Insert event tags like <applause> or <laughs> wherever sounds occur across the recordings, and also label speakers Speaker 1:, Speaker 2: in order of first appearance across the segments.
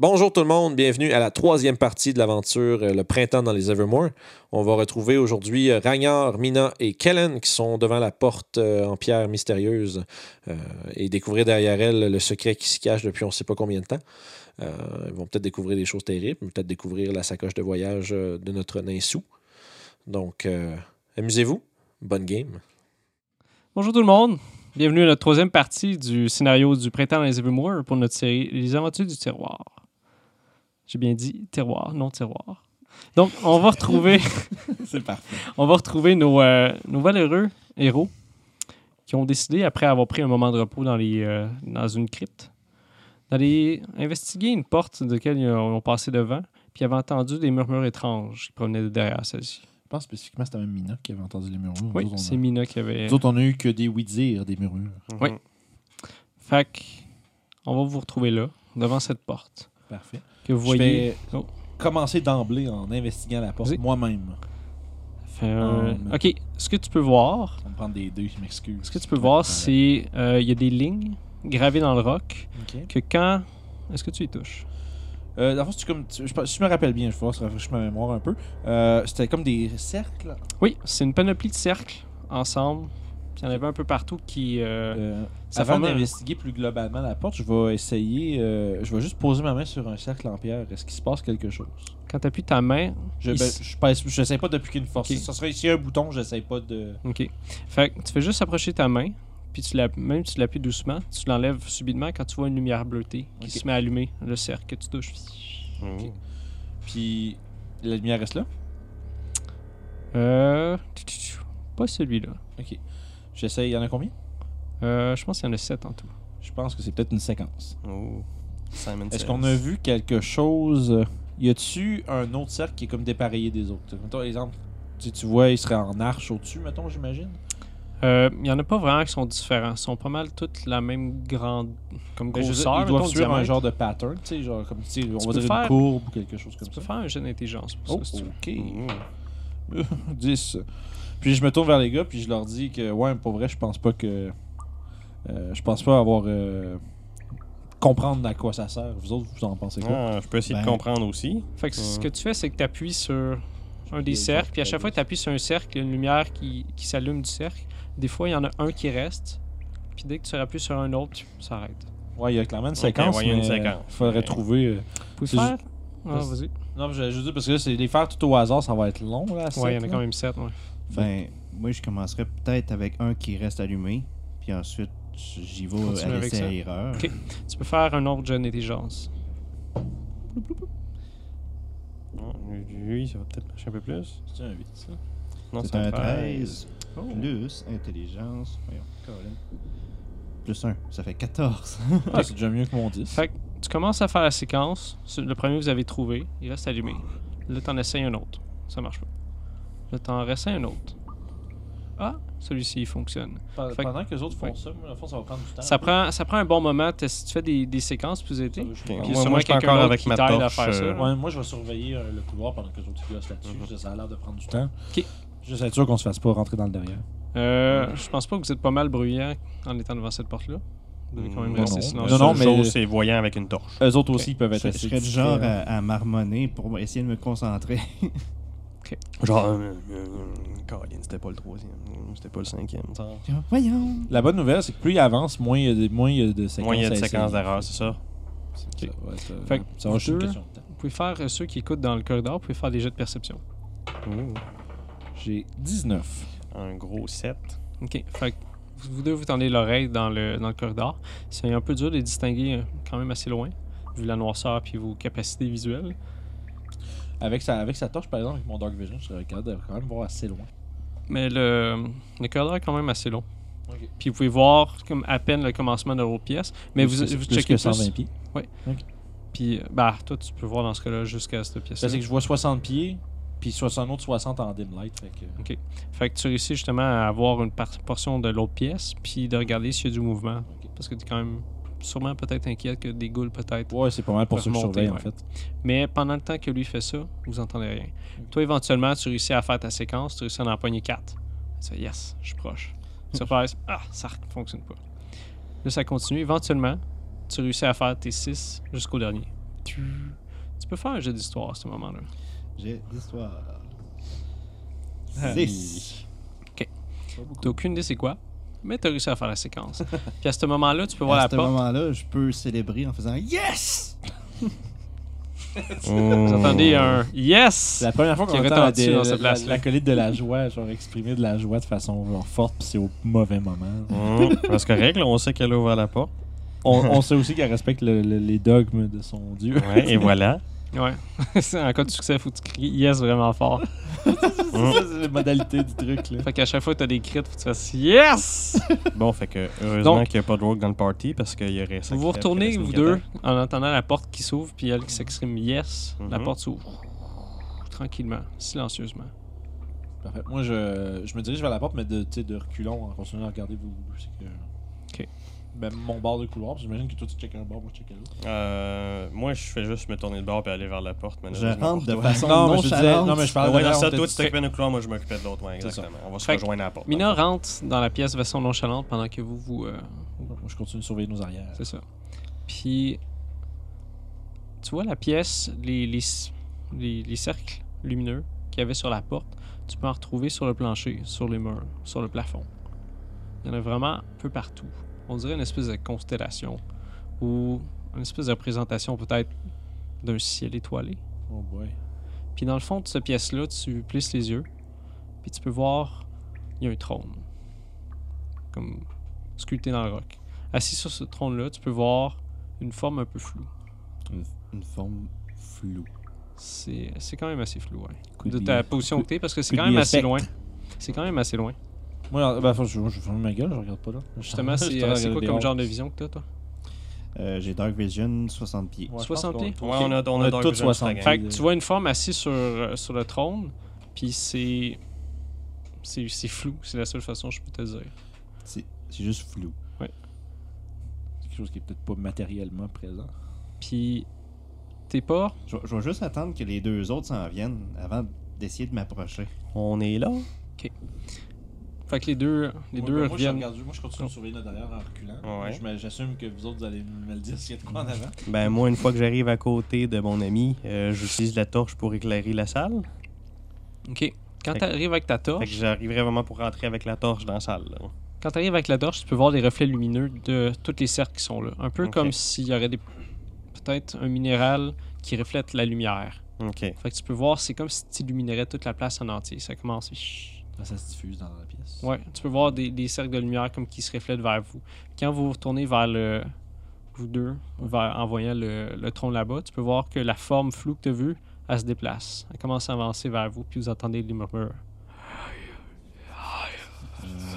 Speaker 1: Bonjour tout le monde, bienvenue à la troisième partie de l'aventure euh, Le printemps dans les Evermore. On va retrouver aujourd'hui euh, Ragnar, Mina et Kellen qui sont devant la porte euh, en pierre mystérieuse euh, et découvrir derrière elle le secret qui se cache depuis on ne sait pas combien de temps. Euh, ils vont peut-être découvrir des choses terribles, peut-être découvrir la sacoche de voyage euh, de notre nain sous. Donc, euh, amusez-vous, bonne game.
Speaker 2: Bonjour tout le monde. Bienvenue à notre troisième partie du scénario du printemps dans les Evermore pour notre série Les aventures du tiroir. J'ai bien dit tiroir, non tiroir. Donc, on va
Speaker 3: <laughs>
Speaker 2: retrouver,
Speaker 3: C'est parfait.
Speaker 2: on va retrouver nos, euh, nos valeureux héros qui ont décidé, après avoir pris un moment de repos dans, les, euh, dans une crypte, d'aller investiguer une porte de laquelle ils ont passé devant, puis ils avaient entendu des murmures étranges qui provenaient de derrière celle-ci.
Speaker 3: Je pense spécifiquement c'était même Mina qui avait entendu les murmures.
Speaker 2: Oui,
Speaker 3: Nous autres,
Speaker 2: c'est
Speaker 3: on a-
Speaker 2: Mina qui avait...
Speaker 3: Nous autres, on a eu que des oui-dire des murmures.
Speaker 2: Oui. Fait que, on va vous retrouver là, devant cette porte.
Speaker 3: Parfait.
Speaker 2: Que vous voyez.
Speaker 3: Je vais
Speaker 2: Oh.
Speaker 3: commencer d'emblée en investiguant la porte
Speaker 2: Vas-y.
Speaker 3: moi-même.
Speaker 2: Fait, euh,
Speaker 3: Um.
Speaker 2: ok, ce que tu peux voir,
Speaker 3: On va prendre des deux, je m'excuse.
Speaker 2: ce que tu peux voir, c'est euh, il y a des lignes gravées dans le roc
Speaker 3: Ok.
Speaker 2: que quand est-ce que tu y touches
Speaker 3: Euh, dans le fond, c'est comme, tu- je, pense- si je me rappelle bien, je vais voir si je rafraîchis ma mémoire un peu. Euh, c'était comme des cercles.
Speaker 2: Oui, c'est une panoplie de cercles ensemble. Puis Il y en avait un peu partout qui. euh,
Speaker 3: Euh,
Speaker 2: ça
Speaker 3: avant
Speaker 2: forme un-
Speaker 3: d'investiguer plus globalement la porte, je vais essayer. euh, je vais juste poser ma main sur un cercle en pierre. Est-ce qu'il se passe quelque chose
Speaker 2: Quand tu appuies ta main.
Speaker 3: Je
Speaker 2: Il
Speaker 3: ben,
Speaker 2: s-
Speaker 3: je pèse- j'essaie pas d'appliquer une force.
Speaker 2: Ok.
Speaker 3: Ça serait ici un bouton, j'essaie pas de.
Speaker 2: Ok. Fait que tu fais juste approcher ta main, puis tu la, même si tu l'appuies doucement, tu l'enlèves subitement quand tu vois une lumière bleutée qui
Speaker 3: Ok.
Speaker 2: se met à allumer le cercle que tu touches.
Speaker 3: Puis la lumière reste là.
Speaker 2: Euh. tch, tch, tch, Pas celui-là.
Speaker 3: Ok. J'essaie. Il y en a combien
Speaker 2: Euh, je pense qu'il y en a sept en tout.
Speaker 3: Je pense que c'est peut-être une séquence.
Speaker 4: Oh. Simon
Speaker 3: Est-ce
Speaker 4: Says.
Speaker 3: qu'on a vu quelque chose Y a-tu un autre cercle qui est comme dépareillé des autres Mettons, exemple, tu, tu vois, il serait en arche au-dessus, mettons, j'imagine.
Speaker 2: Euh, Il y en a pas vraiment qui sont différents. Ils sont pas mal toutes la même grande comme
Speaker 3: Ben, je veux dire,
Speaker 2: grosseur.
Speaker 3: ils doivent
Speaker 2: mettons,
Speaker 3: suivre un
Speaker 2: diamètre.
Speaker 3: genre de pattern, tu sais, genre comme tu sais, on
Speaker 2: Tu
Speaker 3: va
Speaker 2: peux
Speaker 3: dire
Speaker 2: faire-
Speaker 3: une courbe ou quelque chose comme
Speaker 2: Tu peux
Speaker 3: ça.
Speaker 2: faire un jeu d'intelligence pour
Speaker 3: Oh,
Speaker 2: ça. si tu veux.
Speaker 3: ok.
Speaker 4: Mmh.
Speaker 3: 10. Puis je me tourne vers les gars, puis je leur dis que, ouais, mais pour vrai, je pense pas que. euh, je pense pas avoir. euh, comprendre à quoi ça sert. Vous autres, vous en pensez quoi
Speaker 4: Ah, je peux essayer de
Speaker 3: Ben.
Speaker 4: comprendre aussi.
Speaker 2: Fait que ce
Speaker 4: Ouais.
Speaker 2: que tu fais, c'est que tu appuies sur un
Speaker 3: peux
Speaker 2: des cercles, puis à
Speaker 3: faire
Speaker 2: chaque fois que tu appuies sur un cercle, il y a une lumière qui, qui s'allume du cercle. Des fois, il y en a un qui reste, puis dès que tu appuies sur un autre, ça arrête.
Speaker 3: Ouais, il y a clairement une séquence.
Speaker 4: ouais, il y a une
Speaker 3: mais
Speaker 4: séquence.
Speaker 3: faudrait
Speaker 4: Ouais.
Speaker 3: trouver. euh,
Speaker 2: Vous pouvez
Speaker 3: C'est
Speaker 2: faire. Ah,
Speaker 3: c'est-
Speaker 2: vas-y.
Speaker 3: Non, je, je dis parce que là, c'est les faire tout au hasard, ça va être long là. à
Speaker 2: Ouais, il y
Speaker 3: sept,
Speaker 2: en a
Speaker 3: là.
Speaker 2: quand même sept. Ouais.
Speaker 5: Ben, moi, je commencerais peut-être avec un qui reste allumé, puis ensuite, j'y vais
Speaker 2: Continue
Speaker 5: à
Speaker 2: avec ça.
Speaker 5: l'essai-erreur.
Speaker 2: Ok. Tu peux faire un autre jeu d'intelligence.
Speaker 4: Oh, Lui, ça va peut-être marcher un peu plus.
Speaker 3: C'est un huit, ça.
Speaker 4: Non,
Speaker 5: C'est un 13,
Speaker 2: Oh.
Speaker 5: plus intelligence, voyons, Colin. plus 1, ça fait 14.
Speaker 3: Ah, c'est déjà mieux que mon 10.
Speaker 2: Fait que tu commences à faire la séquence. Ce- Le premier que vous avez trouvé, il reste allumé. Là, t'en essayes un autre. Ça marche pas. Là, t'en essayes un autre. Ah, celui-ci, il fonctionne.
Speaker 3: Pe-
Speaker 2: fait que-
Speaker 3: Pendant que les autres font
Speaker 2: ouais.
Speaker 3: ça, moi, dans le fond, ça va prendre du temps.
Speaker 2: Ça prend, ça prend un bon moment. t'es- Tu fais des, des séquences, puis vous
Speaker 3: Ça
Speaker 2: étiez.
Speaker 3: va, je-
Speaker 4: Ok.
Speaker 2: Puis
Speaker 4: Moi,
Speaker 2: sûrement
Speaker 4: moi, j'étais
Speaker 2: quelqu'un
Speaker 4: encore
Speaker 2: d'autre
Speaker 4: avec
Speaker 2: qui
Speaker 4: ma
Speaker 2: t'aide à
Speaker 4: torche,
Speaker 2: faire ça.
Speaker 4: euh,
Speaker 3: Ouais, moi, je vais surveiller euh, le couloir pendant que les autres ils gossent là-dessus.
Speaker 4: Mhm.
Speaker 3: Ça a l'air de prendre du temps.
Speaker 2: Ok.
Speaker 3: Juste être sûr qu'on se fasse pas rentrer dans le derrière.
Speaker 2: Euh, je pense pas que vous êtes pas mal bruyant en étant devant cette porte-là. Vous devez quand même
Speaker 4: Non,
Speaker 2: rester
Speaker 3: non.
Speaker 2: silencieux.
Speaker 4: Non, non,
Speaker 3: mais-
Speaker 4: mais c'est voyant avec une torche.
Speaker 3: Eux autres aussi, ils peuvent
Speaker 5: Je,
Speaker 3: être
Speaker 5: je
Speaker 3: assez
Speaker 5: serais du
Speaker 3: discrets,
Speaker 5: genre à, à marmonner pour essayer de me concentrer.
Speaker 4: Genre, euh, euh, euh, Colin, c'était pas le troisième, euh, c'était pas le cinquième. ça.
Speaker 5: Genre, voyons!
Speaker 3: La bonne nouvelle, c'est que plus il avance, moins il y a de, moins il y a de séquences.
Speaker 4: Moins il y a de
Speaker 3: à essayer.
Speaker 4: séquences d'erreurs, c'est ça.
Speaker 3: Ça va être, euh,
Speaker 2: Fait que
Speaker 3: ça va juste une
Speaker 2: deux-
Speaker 3: question de temps.
Speaker 2: Vous pouvez faire, euh, ceux qui écoutent dans le corridor, vous pouvez faire des jets de perception.
Speaker 3: J'ai 19.
Speaker 4: Un gros 7.
Speaker 2: <laughs> Ok, fait que vous vous deux vous tendez l'oreille dans le, dans le corridor. C'est un peu dur de les distinguer euh, quand même assez loin, vu la noirceur puis vos capacités visuelles.
Speaker 3: Avec sa, avec sa torche, par exemple, avec mon Dark Vision, je serais capable de quand même voir assez loin.
Speaker 2: Mais le, le corridor est quand même assez long.
Speaker 3: Ok.
Speaker 2: Puis vous pouvez voir comme à peine le commencement de vos pièces, mais vous,
Speaker 3: C'est
Speaker 2: vous
Speaker 3: plus
Speaker 2: checkez
Speaker 3: que
Speaker 2: plus.
Speaker 3: 120 pieds.
Speaker 2: Puis, euh, bah, toi, tu peux voir dans ce cas-là jusqu'à cette
Speaker 3: Ça,
Speaker 2: pièce-là.
Speaker 3: c'est que je vois 60 pieds, puis sur un autre 60 en dim light. Fait que...
Speaker 2: Fait que tu réussis justement à avoir une par- portion de l'autre pièce, puis de regarder s'il y a du mouvement.
Speaker 3: Ok.
Speaker 2: Parce que tu es quand même sûrement peut-être inquiète que des goules peut-être.
Speaker 3: Ouais, c'est pas mal pour
Speaker 2: Faire
Speaker 3: ceux qui
Speaker 2: monter,
Speaker 3: surveillent, en
Speaker 2: ouais.
Speaker 3: fait.
Speaker 2: Mais pendant le temps que lui fait ça, vous entendez rien.
Speaker 3: Mm.
Speaker 2: Toi, éventuellement, tu réussis à faire ta séquence, tu réussis à en empoigner 4. Tu fais yes, je suis proche.
Speaker 3: Mm.
Speaker 2: Surprise, ah, ça ne fonctionne pas. Là, ça continue. Éventuellement, tu réussis à faire tes 6 jusqu'au dernier. Tu Tu peux faire un jeu d'histoire à ce moment-là.
Speaker 5: J'ai l'histoire.
Speaker 3: Ah.
Speaker 5: 6.
Speaker 2: T'as aucune idée c'est quoi, mais t'as réussi à faire la séquence. Puis à ce moment-là, tu peux voir
Speaker 5: À
Speaker 2: la
Speaker 5: ce
Speaker 2: porte.
Speaker 5: moment-là, je peux célébrer en faisant Yes!
Speaker 2: Vous entendez un
Speaker 3: C'est
Speaker 2: Yes!
Speaker 3: Mm. la première fois
Speaker 2: Qui
Speaker 3: qu'on
Speaker 2: est
Speaker 3: entend la,
Speaker 2: retentie dans cette
Speaker 3: la,
Speaker 2: place-là.
Speaker 3: la colite de la joie, genre exprimer de la joie de façon genre, forte, puis c'est au mauvais moment.
Speaker 2: euh,
Speaker 6: Mmh, parce que règle, on sait qu'elle a ouvert la
Speaker 3: <laughs>
Speaker 6: porte.
Speaker 3: On, on sait aussi qu'elle respecte le- le- les dogmes de son dieu.
Speaker 6: Ouais, et voilà.
Speaker 2: Ouais. <laughs> C'est en cas de succès, faut que tu cries Yes vraiment fort.
Speaker 3: <laughs> C'est ça, c'est la modalité du truc. Là.
Speaker 2: Fait qu'à chaque fois que t'as des crits, faut que tu fasses Yes!
Speaker 6: Bon, fait que heureusement
Speaker 2: Donc-
Speaker 6: qu'il n'y a pas de rogue dans le party parce qu'il y aurait ça.
Speaker 2: Vous
Speaker 6: qui
Speaker 2: vous
Speaker 6: ferait-
Speaker 2: retournez,
Speaker 6: ferait
Speaker 2: vous
Speaker 6: sneak
Speaker 2: deux,
Speaker 6: attack.
Speaker 2: en entendant la porte qui s'ouvre, puis elle qui s'exprime Yes. La
Speaker 6: Mhm.
Speaker 2: porte s'ouvre. Tranquillement, silencieusement.
Speaker 3: Parfait. Moi, je, je me dirige vers la porte, mais de, tu sais, de reculons en continuant à regarder vous. c'est que-
Speaker 2: Ok.
Speaker 3: Ben, mon bord de couloir, parce que j'imagine que toi tu checkes un bord, moi je check l'autre.
Speaker 6: Euh, moi, je fais juste me tourner de bord et aller vers la porte.
Speaker 5: Je
Speaker 6: malheureusement,
Speaker 5: rentre de
Speaker 6: pour toi.
Speaker 5: façon
Speaker 3: Bah, Non, mais je disais-
Speaker 5: nonchalante.
Speaker 3: non, mais je parle-
Speaker 6: Ah ouais, dans
Speaker 3: D'ailleurs,
Speaker 6: ça,
Speaker 3: on
Speaker 6: toi,
Speaker 3: t'a
Speaker 6: tu
Speaker 2: dit-
Speaker 6: t'occupais de couloir, moi, je m'occupais de l'autre. Ouais,
Speaker 3: C'est ça.
Speaker 6: exactement. On va se
Speaker 2: Fait que
Speaker 6: rejoindre à la porte.
Speaker 2: Mina rentre dans la pièce de façon nonchalante pendant que vous vous. euh,
Speaker 3: Moi je continue de surveiller nos arrières.
Speaker 2: C'est ça. Puis, tu vois la pièce, les, les, les, les cercles lumineux qu'il y avait sur la porte, tu peux en retrouver sur le plancher, sur les murs, sur le plafond. Il y en a vraiment un peu partout. On dirait une espèce de constellation ou une espèce de représentation peut-être d'un ciel étoilé.
Speaker 3: Oh boy.
Speaker 2: Puis dans le fond de cette pièce-là, tu plisses les yeux, puis tu peux voir, il y a un trône, comme sculpté dans le roc. Assis sur ce trône-là, tu peux voir une forme un peu floue.
Speaker 5: Une, une forme floue.
Speaker 2: C'est c'est quand même assez flou, ouais.
Speaker 3: Could
Speaker 2: De
Speaker 3: be-
Speaker 2: ta position que t'es, parce que c'est
Speaker 3: could
Speaker 2: quand
Speaker 3: be
Speaker 2: même
Speaker 3: a
Speaker 2: assez
Speaker 3: sect.
Speaker 2: loin. C'est quand même assez
Speaker 3: <laughs>
Speaker 2: loin.
Speaker 3: Moi, alors, ben, faut- je, je ferme ma gueule, je regarde pas là.
Speaker 2: Justement,
Speaker 3: <laughs> Je
Speaker 2: c'est
Speaker 3: suis en train
Speaker 2: euh,
Speaker 3: de
Speaker 2: c'est quoi
Speaker 3: regarder
Speaker 2: comme
Speaker 3: dehors.
Speaker 2: genre de vision que t'as, toi?
Speaker 5: Euh, J'ai Dark Vision 60 pieds.
Speaker 3: Ouais, je
Speaker 2: 60
Speaker 3: pense qu'on-
Speaker 2: pieds?
Speaker 6: Ouais, on a, on
Speaker 3: On
Speaker 6: a
Speaker 3: a
Speaker 6: Dark
Speaker 3: tous
Speaker 6: Vision, c'est pas
Speaker 3: 60.
Speaker 6: grave.
Speaker 2: Fait que tu vois une forme assise sur, euh, sur le trône, puis c'est... C'est c'est flou, c'est la seule façon que je peux te le dire.
Speaker 5: C'est c'est juste flou.
Speaker 3: C'est quelque chose qui est peut-être pas matériellement présent.
Speaker 2: Puis, t'es pas...
Speaker 5: Je, vais- je vais juste attendre que les deux autres s'en viennent avant d'essayer de m'approcher.
Speaker 6: On est là.
Speaker 2: Fait que les deux, les deux
Speaker 3: moi,
Speaker 2: reviennent...
Speaker 3: Je, moi, je continue de surveiller notre arrière en reculant.
Speaker 6: Ouais.
Speaker 3: Je me- J'assume que vous autres, vous allez me le dire s'il y a de quoi en avant.
Speaker 6: Ben, moi, une fois que j'arrive à côté de mon ami, euh, j'utilise la torche pour éclairer la salle.
Speaker 2: Ok. Quand
Speaker 6: Fait que-
Speaker 2: t'arrives avec ta
Speaker 6: Fait que
Speaker 2: torche,
Speaker 6: j'arriverai vraiment pour rentrer avec la torche dans la salle. là.
Speaker 2: quand t'arrives avec la torche, tu peux voir les reflets lumineux de tous les cercles qui sont là. Un peu
Speaker 6: Ok.
Speaker 2: comme s'il y aurait des peut-être un minéral qui reflète la lumière.
Speaker 6: Ok.
Speaker 2: Fait que tu peux voir, c'est comme si tu illuminerais toute la place en entier. Ça commence.
Speaker 3: Ah, ça se diffuse dans la pièce.
Speaker 2: Ouais, tu peux voir des, des cercles de lumière comme qui se reflètent vers vous. Quand vous vous retournez vers le vous deux, vers, en voyant le, le tronc là-bas, tu peux voir que la forme floue que tu as vue, elle se déplace. Elle commence à avancer vers vous, puis vous entendez les murmures.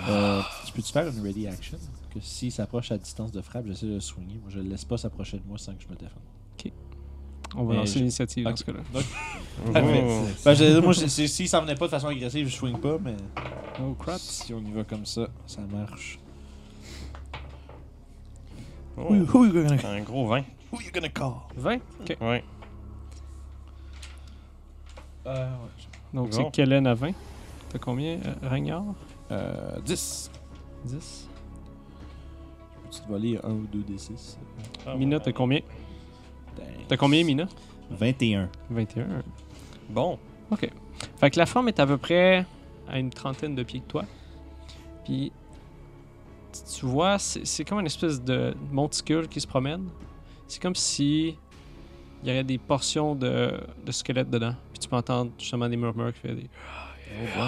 Speaker 3: Euh, tu peux-tu faire une ready action? Que s'il s'approche à distance de frappe, j'essaie de le swinguer. Moi, je le laisse pas s'approcher de moi sans que je me défende.
Speaker 2: On va
Speaker 3: Mais
Speaker 2: lancer
Speaker 3: je-
Speaker 2: l'initiative dans
Speaker 3: Ok.
Speaker 2: ce cas-là.
Speaker 6: Oh.
Speaker 3: Ben, je- moi, je- si- s'il s'en venait pas de façon agressive, je swing pas, mais
Speaker 2: Oh crap.
Speaker 3: si on y va comme ça, ça marche.
Speaker 6: Oh.
Speaker 3: who you gonna,
Speaker 6: Un gros vin.
Speaker 3: who you gonna call?
Speaker 2: 20? Ok.
Speaker 6: Ouais.
Speaker 3: Euh, ouais.
Speaker 2: Donc
Speaker 6: Bon.
Speaker 2: c'est Kellen à 20. T'as combien, euh, Ragnar?
Speaker 3: Euh, 10.
Speaker 2: 10.
Speaker 3: Tu te voler un ou deux des 6.
Speaker 6: Ah,
Speaker 2: Mina, t'as combien? T'as combien, Mina?
Speaker 5: 21.
Speaker 2: 21.
Speaker 6: Bon.
Speaker 2: Fait que la forme est à peu près à une trentaine de pieds que toi. Puis, tu- tu vois, c'est c'est comme une espèce de monticule qui se promène. C'est comme si il y aurait des portions de, de squelette dedans. Puis tu peux entendre justement des murmures qui font des... Oh,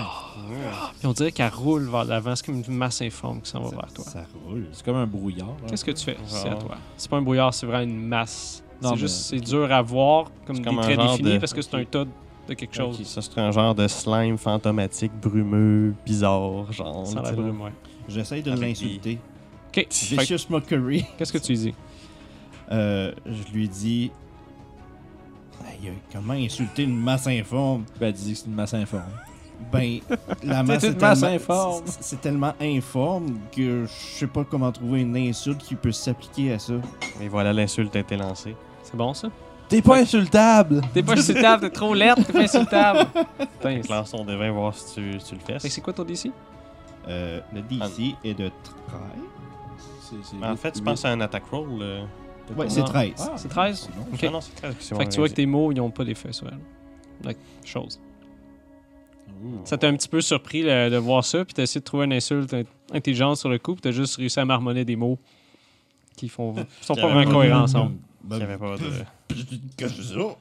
Speaker 2: Puis on dirait qu'elle roule vers l'avant. C'est comme une masse informe qui s'en va vers toi.
Speaker 5: Ça roule.
Speaker 3: C'est comme un brouillard. hein.
Speaker 2: Qu'est-ce que tu fais? C'est à
Speaker 6: Genre.
Speaker 2: toi. C'est pas un brouillard, c'est vraiment une masse.
Speaker 3: Non,
Speaker 2: C'est
Speaker 3: mais-
Speaker 2: juste, c'est dur à voir comme
Speaker 6: C'est
Speaker 2: des
Speaker 6: comme un
Speaker 2: traits
Speaker 6: genre
Speaker 2: définis
Speaker 6: de-
Speaker 2: parce que c'est un tas de quelque chose.
Speaker 6: Ok, ça, c'est un genre de slime fantomatique, brumeux, bizarre, genre.
Speaker 2: Sans la
Speaker 6: tu sais, là.
Speaker 2: brume, ouais.
Speaker 5: J'essaye de
Speaker 6: Avec des-
Speaker 5: l'insulter.
Speaker 2: Ok, Fait que-
Speaker 5: Vicious Mockery.
Speaker 2: qu'est-ce que tu lui dis?
Speaker 5: Euh, je lui dis. Aïe, aïe, comment insulter une masse informe?
Speaker 3: Ben, dis que c'est une masse informe.
Speaker 5: Ben, la masse
Speaker 3: C'est
Speaker 5: est
Speaker 3: une masse
Speaker 5: tellement-
Speaker 3: informe.
Speaker 5: c'est- C'est tellement informe que je sais pas comment trouver une insulte qui peut s'appliquer à ça.
Speaker 6: Et voilà, l'insulte a été lancée.
Speaker 2: C'est bon ça?
Speaker 3: T'es pas insultable!
Speaker 2: T'es pas insultable, t'es trop laide, t'es pas <laughs> insultable. Putain,
Speaker 6: Fait que Lance ton devin, voir si tu, si tu le fais.
Speaker 2: Fait que c'est quoi ton DC?
Speaker 5: Euh, le DC est de 13.
Speaker 3: C'est- c'est
Speaker 6: En
Speaker 3: huit-
Speaker 6: fait, tu
Speaker 3: huit.
Speaker 6: penses à un attack roll. euh,
Speaker 5: Ouais, c'est
Speaker 2: Non.
Speaker 5: 13.
Speaker 3: Ah,
Speaker 2: C'est 13?
Speaker 5: Non.
Speaker 2: Ok.
Speaker 6: Ah non, c'est clair que c'est
Speaker 2: Fait que tu vois que tes mots, ils n'ont pas d'effet sur elle. La chose.
Speaker 3: Ouh.
Speaker 2: Ça t'a un petit peu surpris là, de voir ça, puis t'as essayé de trouver une insulte int- intelligente sur le coup, puis t'as juste réussi à marmonner des mots qui font sont pas vraiment cohérents ensemble.
Speaker 5: Ben,
Speaker 6: J'avais pas de...
Speaker 5: qu'est-ce que c'est ça?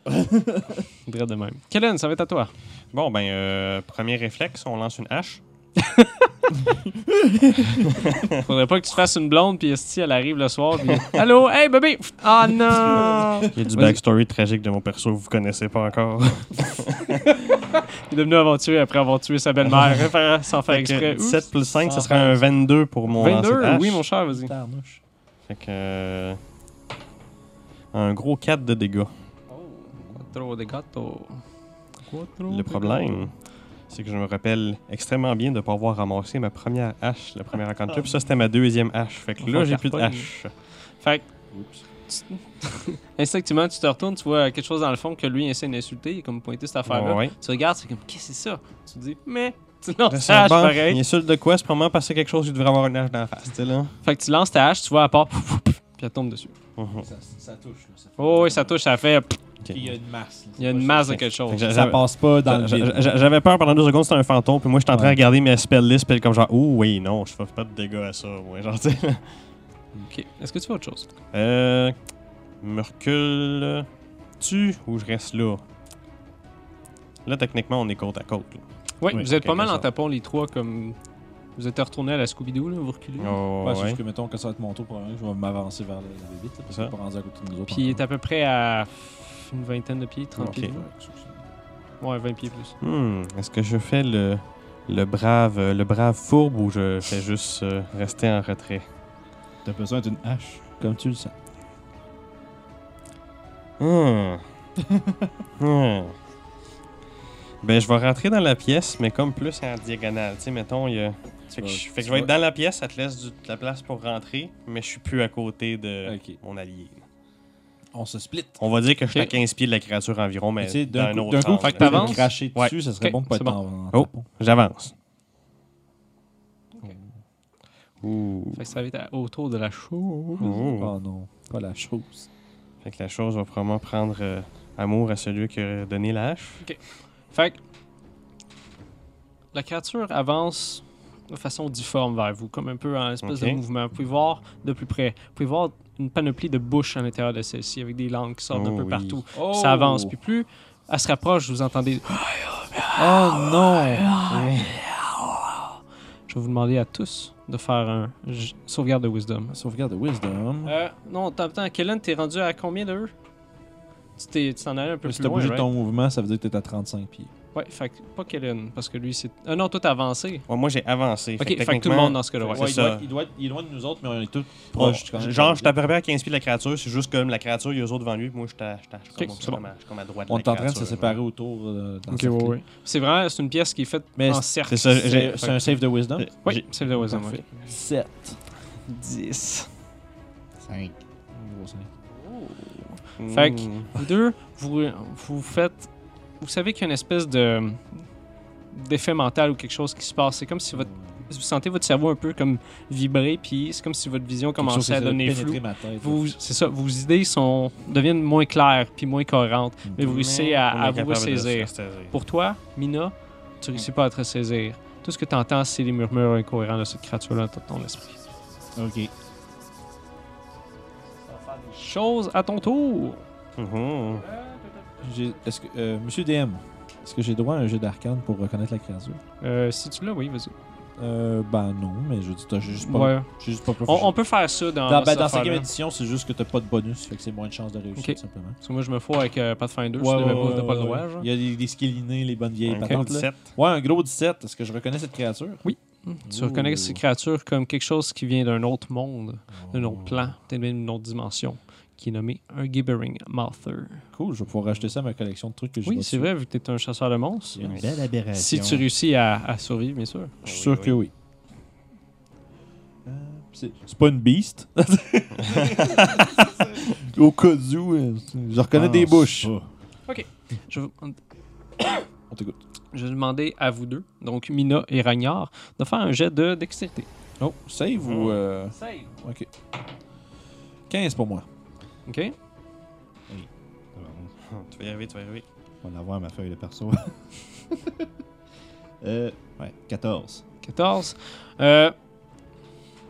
Speaker 2: Direct de même. Kellen, ça va être à toi.
Speaker 6: Bon, ben, euh, premier réflexe, on lance une hache.
Speaker 2: <laughs> Faudrait pas que tu fasses une blonde, puis si elle arrive le soir, puis Allô, hey bébé! Ah non!
Speaker 6: Il y a du
Speaker 2: Vas-y.
Speaker 6: backstory tragique de mon perso, que vous connaissez pas encore.
Speaker 2: <laughs> Il est devenu aventurier après avoir tué sa <laughs> belle-mère, hein, faire- sans faire
Speaker 6: Fait que
Speaker 2: exprès. Oups.
Speaker 6: 7 plus 5, ça serait un 22 pour mon 22,
Speaker 2: 22, oui, mon cher, vas-y.
Speaker 3: Tarnouche.
Speaker 6: Fait que. euh, Un gros 4 de dégâts.
Speaker 2: Trop de gâteaux.
Speaker 6: Le problème, c'est que je me rappelle extrêmement bien de ne pas avoir ramassé ma première hache, la première encounter.
Speaker 3: Ah.
Speaker 6: Puis ça, c'était ma deuxième hache. Fait que
Speaker 2: Faut
Speaker 6: là,
Speaker 2: faire
Speaker 6: j'ai plus de
Speaker 2: cartonne.
Speaker 6: hache.
Speaker 2: Fait que. tu- <laughs> Instinctivement, tu te retournes, tu vois quelque chose dans le fond que lui essaie d'insulter, il est comme pointer cette affaire-là.
Speaker 3: <laughs>
Speaker 6: Ouais.
Speaker 2: Tu regardes, c'est comme, qu'est-ce que c'est ça? Tu dis, mais. <laughs> Tu lances
Speaker 6: C'est
Speaker 2: ta hache
Speaker 6: bon.
Speaker 2: pareil.
Speaker 6: Il insulte de quoi? C'est probablement parce que quelque chose, il devrait avoir une hache dans la face, tu sais, là.
Speaker 2: Fait que tu lances ta hache, tu vois, à part, <laughs> pouf, pouf, pouf, puis elle tombe dessus.
Speaker 6: Mhm.
Speaker 3: Ça, ça touche. Là, ça fait-
Speaker 2: Oh oui, ça touche, ça fait. pff,
Speaker 6: Ok.
Speaker 3: Puis Il y a une masse. là.
Speaker 2: Il y a
Speaker 3: C'est
Speaker 2: une
Speaker 3: pas
Speaker 2: masse de
Speaker 3: ça.
Speaker 2: quelque chose.
Speaker 6: Fait que
Speaker 3: Ça
Speaker 6: j'avais-
Speaker 3: passe pas dans le
Speaker 6: J'a-
Speaker 3: vide.
Speaker 6: j'a- J'avais peur pendant deux secondes, c'était un fantôme, puis moi j'étais en train
Speaker 3: Ouais.
Speaker 6: de regarder mes spell list, puis comme genre, ouh, oui, non, je fais pas de dégâts à ça, moi, genre, tu sais.
Speaker 2: Ok. Est-ce que tu fais autre chose?
Speaker 6: Euh. Me recule. Tu ou je reste là? Là, techniquement, on est côte à côte. là.
Speaker 2: Oui,
Speaker 6: Oui,
Speaker 2: vous êtes
Speaker 6: ok,
Speaker 2: pas mal
Speaker 6: ça.
Speaker 2: en tapant les trois comme. Vous êtes retourné à la Scooby-Doo, là, vous reculez.
Speaker 6: Oh,
Speaker 3: Ouais, c'est
Speaker 6: ouais.
Speaker 3: juste que, mettons, quand ça va être mon tour, probablement que je vais m'avancer vers le le bébé, là, parce
Speaker 6: Ça.
Speaker 3: qu'on est pas rendu à côté de nous autres.
Speaker 2: Puis il est
Speaker 3: encore.
Speaker 2: à peu près à une vingtaine de pieds, 30
Speaker 6: Ok.
Speaker 2: pieds. de
Speaker 3: Ouais,
Speaker 2: vous.
Speaker 3: c'est ça.
Speaker 2: Ouais, 20 pieds plus.
Speaker 6: Hmm, Est-ce que je fais le, le, brave, euh, le brave fourbe ou je fais juste euh, rester en retrait?
Speaker 5: T'as besoin d'une hache.
Speaker 3: Comme tu le sens. <laughs>
Speaker 6: Hmm. Hmm. Ben, je vais rentrer dans la pièce, mais comme plus en diagonale. Tu sais, mettons, il y a. Fait que,
Speaker 3: vas-
Speaker 6: je, fait que
Speaker 3: tu
Speaker 6: je vais
Speaker 3: vas-
Speaker 6: être dans la pièce, ça te laisse du- de la place pour rentrer, mais je suis plus à côté de
Speaker 3: Ok.
Speaker 6: mon allié.
Speaker 3: On se split.
Speaker 6: On va dire que je suis
Speaker 2: Ok.
Speaker 6: à 15 pieds de la créature environ, mais
Speaker 3: Tu sais,
Speaker 6: dans
Speaker 3: d'un
Speaker 6: un
Speaker 3: coup,
Speaker 6: autre
Speaker 3: d'un coup,
Speaker 6: sens,
Speaker 2: fait
Speaker 6: là.
Speaker 2: que t'avances.
Speaker 3: de cracher dessus,
Speaker 6: Ouais.
Speaker 3: ça serait
Speaker 2: Ok,
Speaker 3: bon de pas
Speaker 2: c'est
Speaker 3: être en en
Speaker 6: Oh.
Speaker 3: tapon.
Speaker 6: J'avance.
Speaker 2: Ok.
Speaker 6: Ouh.
Speaker 2: Fait que ça va être à- autour de la chose.
Speaker 6: Ouh.
Speaker 3: Oh non, pas la chose.
Speaker 6: Fait que la chose va probablement prendre euh, amour à celui qui a donné la hache.
Speaker 2: Fait que la créature avance de façon difforme vers vous, comme un peu en espèce
Speaker 6: Ok.
Speaker 2: de mouvement. Vous pouvez voir de plus près. Vous pouvez voir une panoplie de bouches à l'intérieur de celle-ci, avec des langues qui sortent d'un
Speaker 6: Oh
Speaker 2: peu
Speaker 6: oui.
Speaker 2: partout. Ça avance. Puis plus elle se rapproche, vous entendez.
Speaker 3: Oh non!
Speaker 2: Je vais vous demander à tous de faire un j- sauvegarde de wisdom.
Speaker 3: Sauvegarde de Wisdom.
Speaker 2: Euh, non, t'as- attends, Kellen, t'es rendu à combien d'eux? Tu t'es- tu t'en allais un peu
Speaker 3: si
Speaker 2: plus
Speaker 3: t'as
Speaker 2: loin,
Speaker 3: bougé de
Speaker 2: right?
Speaker 3: ton mouvement, ça veut dire que t'es à 35 pieds.
Speaker 2: Ouais, fait que pas Kellen, parce que lui, c'est... Ah non, toi, t'as avancé.
Speaker 6: Ouais, moi, j'ai avancé.
Speaker 2: Ok, fait que tout le monde dans ce cas-là, ouais.
Speaker 6: Ouais,
Speaker 3: il,
Speaker 6: c'est
Speaker 3: doit
Speaker 6: ça.
Speaker 3: être, il doit être- il est loin de nous autres, mais on est tous
Speaker 6: Bon,
Speaker 3: proches. quand même.
Speaker 6: genre, je suis à peu près à 15 pieds de la créature, c'est juste comme la créature, il y a eux autres devant lui, puis moi, je suis à- je suis à- je suis
Speaker 2: Ok,
Speaker 6: comme-
Speaker 2: c'est bon.
Speaker 6: comme à- je suis comme à droite de
Speaker 3: On
Speaker 6: la
Speaker 3: est en train de se
Speaker 6: créature,
Speaker 3: séparer
Speaker 6: là.
Speaker 3: autour. euh, dans
Speaker 2: Ok,
Speaker 3: le cercle.
Speaker 2: C'est vraiment, c'est une pièce qui est faite
Speaker 3: Mais
Speaker 2: en
Speaker 3: c'est-
Speaker 2: cercle.
Speaker 6: C'est ça, j'ai.
Speaker 3: C'est c'est un save de Wisdom.
Speaker 6: j'ai-
Speaker 2: Oui, c'est le voisin,
Speaker 3: Parfait.
Speaker 5: 7.
Speaker 2: 10.
Speaker 5: 5.
Speaker 3: Gros cinq.
Speaker 6: j'ai-
Speaker 2: Fait que-
Speaker 6: Mm.
Speaker 2: Vous deux, vous, vous faites... Vous savez qu'il y a une espèce de d'effet mental ou quelque chose qui se passe. C'est comme si votre... Vous sentez votre cerveau un peu comme vibrer, puis c'est comme si votre vision
Speaker 3: Quelque chose
Speaker 2: commençait à
Speaker 3: essaie de
Speaker 2: donner
Speaker 3: pénétrer
Speaker 2: flou.
Speaker 3: ma tête, là.
Speaker 2: Vous, c'est ça, vos idées sont, deviennent moins claires puis moins cohérentes, mais vous réussissez à,
Speaker 6: On
Speaker 2: à
Speaker 6: est
Speaker 2: vous
Speaker 6: capable de se
Speaker 2: ressaisir.
Speaker 6: ressaisir.
Speaker 2: Pour toi, Mina, tu
Speaker 3: Mm.
Speaker 2: réussis pas à te ressaisir. Tout ce que tu entends, c'est les murmures incohérents de cette créature-là dans ton esprit.
Speaker 5: Ok.
Speaker 2: Chose à ton tour.
Speaker 6: Mhm.
Speaker 3: J'ai- Est-ce que, euh, Monsieur DM, est-ce que j'ai droit à un jeu d'arcane pour reconnaître la créature?
Speaker 2: Euh, si tu l'as, oui, vas-y.
Speaker 3: Euh, ben non, mais je dis, t'as juste pas.
Speaker 2: Ouais.
Speaker 3: J'ai juste pas peur.
Speaker 2: On, on peut faire ça dans,
Speaker 3: Dans,
Speaker 2: dans
Speaker 3: ben,
Speaker 2: cette
Speaker 3: dans 5
Speaker 2: affaire-là.
Speaker 3: édition, c'est juste que t'as pas de bonus, fait que c'est moins de chances de réussir,
Speaker 2: Ok.
Speaker 3: simplement.
Speaker 2: Parce que moi, je me fous avec euh, Pathfinder,
Speaker 3: Ouais,
Speaker 2: je savais
Speaker 3: ouais,
Speaker 2: pas, t'as
Speaker 3: ouais,
Speaker 2: pas le
Speaker 3: ouais.
Speaker 2: droit, genre.
Speaker 3: Il y a des, des skills innés, les bonnes vieilles
Speaker 6: Un
Speaker 3: patentes. là.
Speaker 6: 47.
Speaker 3: Ouais, un gros 17. Est-ce que je reconnais cette créature?
Speaker 2: Tu reconnais ces créatures comme quelque chose qui vient d'un autre monde, d'un
Speaker 3: Oh.
Speaker 2: autre plan, peut-être même d'une autre dimension, qui est nommé un Gibbering Mouther.
Speaker 3: Cool, je vais pouvoir acheter ça à ma collection de trucs que j'ai.
Speaker 2: Oui,
Speaker 3: reçus.
Speaker 2: c'est vrai, vu que tu es un chasseur de monstres.
Speaker 5: Une belle aberration.
Speaker 2: Si tu réussis à, à survivre, bien sûr.
Speaker 3: Je suis
Speaker 6: Oui,
Speaker 3: sûr
Speaker 6: oui.
Speaker 3: que oui. Euh, C'est c'est pas une beast. <laughs> Au cas où, euh, je reconnais des bouches.
Speaker 2: Je, vais-
Speaker 3: On t'écoute.
Speaker 2: je vais demander à vous deux, donc Mina et Ragnar, de faire un jet de dextérité.
Speaker 3: Oh, save ou. euh,
Speaker 2: Save.
Speaker 3: Ok. 15 pour moi.
Speaker 2: OK.
Speaker 6: Tu vas y arriver, tu vas y arriver.
Speaker 5: On va avoir ma feuille de perso. <laughs> euh, ouais, 14.
Speaker 2: 14. Euh,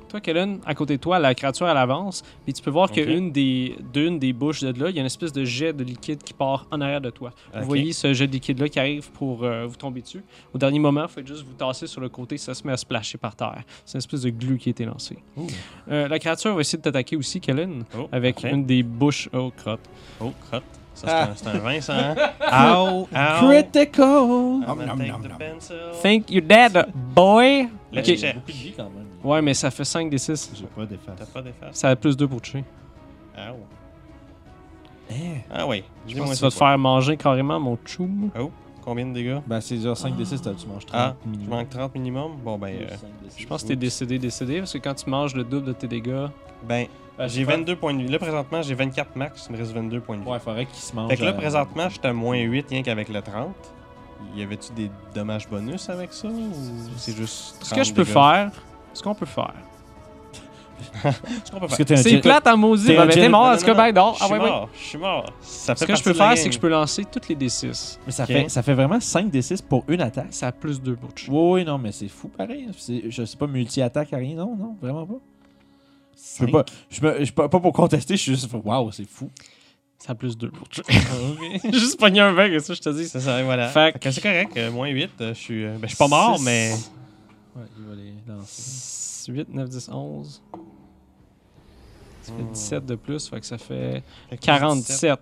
Speaker 2: toi, Kellen, à côté de toi, la créature, elle avance. Puis tu peux voir
Speaker 6: Ok.
Speaker 2: qu'une des, d'une des bouches de là, il y a une espèce de jet de liquide qui part en arrière de toi.
Speaker 6: Ok.
Speaker 2: Vous voyez ce jet de liquide-là qui arrive pour euh, vous tomber dessus. Au dernier moment, vous faites juste vous tasser sur le côté, ça se met à splasher par terre. C'est une espèce de glu qui a été lancé.
Speaker 6: Ouh.
Speaker 2: Euh, la créature va essayer de t'attaquer aussi, Kellen,
Speaker 6: Oh,
Speaker 2: avec
Speaker 6: ok.
Speaker 2: une des bouches. Oh, crotte.
Speaker 6: Oh, crotte. Ça,
Speaker 3: Ah.
Speaker 6: c'est un- c'est un, vin, ça.
Speaker 3: <laughs>
Speaker 6: Hein? Ow, ow.
Speaker 3: Critical!
Speaker 6: I'm gonna
Speaker 5: Nom, nom,
Speaker 6: take
Speaker 5: nom,
Speaker 6: the
Speaker 5: nom.
Speaker 6: pencil.
Speaker 2: Think you're dead, boy!
Speaker 6: Le
Speaker 2: Ok.
Speaker 6: jet.
Speaker 3: Beaucoup de vie quand même.
Speaker 2: Ouais, mais ça fait 5 des 6.
Speaker 5: J'ai pas d'efface.
Speaker 6: T'as pas d'efface.
Speaker 2: Ça a plus 2 pour toucher.
Speaker 6: Ow.
Speaker 2: Eh,
Speaker 6: Ah oui.
Speaker 2: Je pense que tu vas te faire manger carrément, mon choum.
Speaker 6: Combien de dégâts?
Speaker 3: Ben, c'est genre 5 d 6, tu manges 30
Speaker 6: Ah, je
Speaker 3: minimum.
Speaker 6: manque 30 minimum. Bon, ben, euh,
Speaker 2: Je pense que t'es décédé, décédé, parce que quand tu manges le double de tes dégâts.
Speaker 6: ben
Speaker 3: Ben,
Speaker 6: j'ai
Speaker 3: je pense-
Speaker 6: 22 points de vie. Là, présentement, j'ai 24 max. Il me reste 22 points de vie.
Speaker 3: Ouais, faudrait qu'il se mange.
Speaker 6: fait que là,
Speaker 3: euh,
Speaker 6: présentement, j'étais à moins 8 rien qu'avec le 30. Y avait-tu des dommages bonus avec ça? Ou c'est juste 30
Speaker 2: Ce que je peux
Speaker 6: dégâts?
Speaker 2: faire, ce qu'on peut faire.
Speaker 6: Ce qu'on peut
Speaker 3: Parce
Speaker 6: faire.
Speaker 3: que t'es un E
Speaker 2: C'est
Speaker 3: jet-
Speaker 2: plate à maudit,
Speaker 3: t'es
Speaker 2: bah,
Speaker 3: un
Speaker 2: mais t'es
Speaker 3: Jedi-
Speaker 2: mort,
Speaker 6: Non,
Speaker 2: en
Speaker 6: non,
Speaker 2: tout cas,
Speaker 6: non,
Speaker 2: ben, non.
Speaker 6: Je
Speaker 2: Ah,
Speaker 6: suis
Speaker 2: ouais, ouais.
Speaker 6: mort. Je suis mort. Ça
Speaker 2: Ce
Speaker 6: fait
Speaker 2: que je peux
Speaker 6: partie de la
Speaker 2: faire, c'est
Speaker 6: game.
Speaker 2: que je peux lancer toutes les D6.
Speaker 3: Mais ça,
Speaker 6: Ok.
Speaker 3: fait, ça fait vraiment 5 d 6 pour une attaque.
Speaker 2: Ça a plus 2 bouches.
Speaker 3: Oui, oui, non, mais c'est fou pareil. hein. C'est- Je sais pas, multi-attaque à rien, non, non, vraiment pas. Je peux pas, je me- je peux pas pour contester, je suis juste, waouh, c'est fou.
Speaker 2: Ça a plus 2 <laughs> bouches.
Speaker 6: Ah
Speaker 2: Juste pogné un vague, ça, je te dis.
Speaker 6: C'est ça, voilà.
Speaker 2: Fait
Speaker 6: Ah, Fait,
Speaker 2: que-
Speaker 6: que c'est correct. euh, moins 8, euh, je suis, euh, ben, je suis pas mort,
Speaker 2: Six.
Speaker 6: mais.
Speaker 3: Ouais, il va les lancer.
Speaker 2: 8, 9, 10, 11. Ça fait
Speaker 6: Hmm.
Speaker 2: 17 de plus, fait que ça fait
Speaker 6: Fait que
Speaker 2: 47.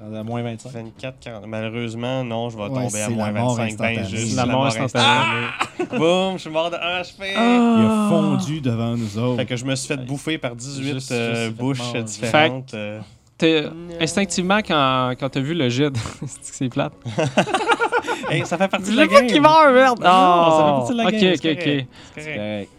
Speaker 3: À moins 25.
Speaker 6: 24, 40. Malheureusement, non, je vais
Speaker 5: Ouais,
Speaker 6: tomber à
Speaker 5: c'est
Speaker 6: moins
Speaker 5: la mort
Speaker 6: 25. Ben,
Speaker 5: instantanée.
Speaker 6: juste
Speaker 2: La mort instantanée. Ah!
Speaker 6: Boum, je suis mort de 1 HP.
Speaker 5: Il a fondu devant nous autres.
Speaker 6: Fait que je me suis fait bouffer par 18
Speaker 3: Juste-
Speaker 6: euh,
Speaker 3: juste fait
Speaker 6: bouches
Speaker 3: manger.
Speaker 6: différentes. euh.
Speaker 2: T'es- Instinctivement, quand, quand t'as vu le <laughs> jet, c'est plate.
Speaker 6: Hey, ça fait partie de
Speaker 2: Le
Speaker 6: la game.
Speaker 2: mec qui meurt, merde!
Speaker 6: Non, ça fait partie de la
Speaker 2: Ah,
Speaker 6: game, c'est
Speaker 2: Ok, ok, ok.
Speaker 6: correct. C'est correct.
Speaker 3: Correct.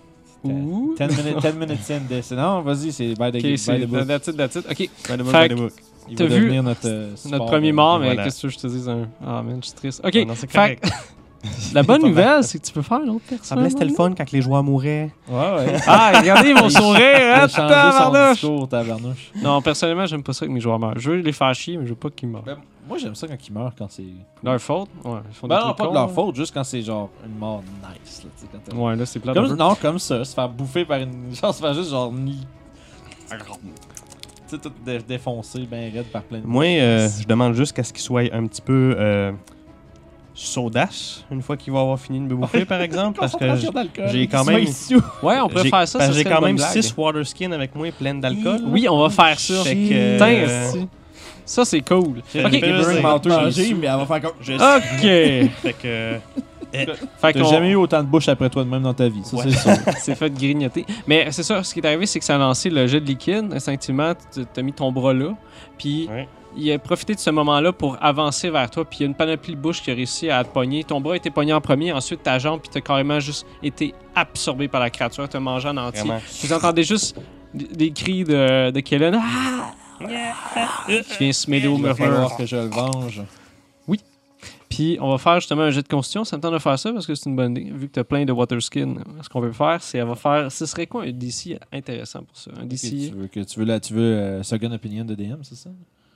Speaker 2: Ouh.
Speaker 3: 10 minutes, 10 minutes in this. Non, vas-y, c'est by the,
Speaker 2: Ok,
Speaker 3: by
Speaker 2: c'est
Speaker 3: the book.
Speaker 2: that's it, that's it. Ok,
Speaker 6: Fait
Speaker 2: Fait
Speaker 6: que-
Speaker 3: Il
Speaker 2: t'as
Speaker 3: va
Speaker 2: vu
Speaker 3: devenir notre, euh, support,
Speaker 2: notre premier
Speaker 3: euh,
Speaker 2: mort, mais
Speaker 6: voilà.
Speaker 2: qu'est-ce que tu veux que je te dise? un- Ah, man, je suis triste. Ok,
Speaker 6: Ah non, c'est
Speaker 2: fait
Speaker 6: correct.
Speaker 2: que la bonne nouvelle, c'est que tu peux faire l'autre personne.
Speaker 6: fun quand les joueurs mouraient.
Speaker 3: Ouais, ouais.
Speaker 2: <laughs> Ah, regardez mon sourire,
Speaker 3: Il
Speaker 2: hein,
Speaker 3: a changé son
Speaker 2: tabarnouche!
Speaker 3: discours, tabarnouche.
Speaker 2: Non, personnellement, j'aime pas ça que mes joueurs meurent. Je veux les faire chier, mais je veux pas qu'ils meurent.
Speaker 3: Ben, moi, j'aime ça quand il meurt, quand c'est.
Speaker 2: Leur faute? Ouais, ils font
Speaker 3: Ben
Speaker 2: des
Speaker 3: non,
Speaker 2: trucs
Speaker 3: pas de
Speaker 2: cons,
Speaker 3: leur
Speaker 2: là.
Speaker 3: faute, juste quand c'est genre une mort nice. Là, tu sais, quand t'as-
Speaker 2: Ouais, là, c'est plate. un
Speaker 3: Comme,
Speaker 2: peu.
Speaker 3: non, comme ça, se faire bouffer par une. <laughs> Genre, se faire juste genre. ni- Tu sais, tout dé- défoncé, ben raide par plein de.
Speaker 6: Moi, euh, je demande juste qu'à ce qu'il soit un petit peu euh, saudasse une fois qu'il va avoir fini de me bouffer, par exemple. parce que j- j'ai quand même.
Speaker 2: Ouais, on peut
Speaker 6: j'ai-
Speaker 2: faire ça,
Speaker 6: parce
Speaker 2: ça
Speaker 6: que J'ai
Speaker 2: serait une
Speaker 6: quand
Speaker 2: bonne
Speaker 6: même
Speaker 2: blague.
Speaker 6: 6 water skins avec moi pleines d'alcool.
Speaker 2: Oui, on va faire ça.
Speaker 6: Fait que,
Speaker 2: Putain,
Speaker 6: euh,
Speaker 2: esti. Ça, c'est cool.
Speaker 6: J'ai
Speaker 2: Ok.
Speaker 6: une peur, c'est-
Speaker 5: manger, mais Ah! elle va faire comme.
Speaker 2: <laughs>
Speaker 6: Je
Speaker 2: Ok.
Speaker 6: Fait que. euh,
Speaker 2: Fait
Speaker 3: T'as
Speaker 2: qu'on- <laughs>
Speaker 3: jamais eu autant de bouches après toi de même dans ta vie, ça
Speaker 6: Ouais.
Speaker 3: c'est sûr.
Speaker 2: C'est fait grignoter. Mais c'est ça, ce qui est arrivé, c'est que ça a lancé le jet de liquide. Instinctivement, tu t'as mis ton bras là. Puis
Speaker 6: Ouais.
Speaker 2: il a profité de ce moment-là pour avancer vers toi. Puis il y a une panoplie de bouches qui a réussi à te pogner. Ton bras a été pogné en premier, ensuite ta jambe, puis t'as carrément juste été absorbé par la créature, t'as mangé en entier.
Speaker 6: Vraiment.
Speaker 2: Vous entendez juste d- des cris de, de Kellen. Ah! Qui vient se mêler au
Speaker 3: <laughs> Il va
Speaker 2: murmure.
Speaker 3: falloir que je le venge.
Speaker 2: Puis on va faire justement un jet de constitution. Ça me tente de faire ça parce que c'est une bonne idée. Vu que t'as plein de water skin, ce qu'on veut faire, c'est elle va faire. Ce serait quoi un DC intéressant pour ça Un DC.
Speaker 3: Ok, tu veux, que, tu veux, la, tu veux euh, second opinion de DM, c'est ça?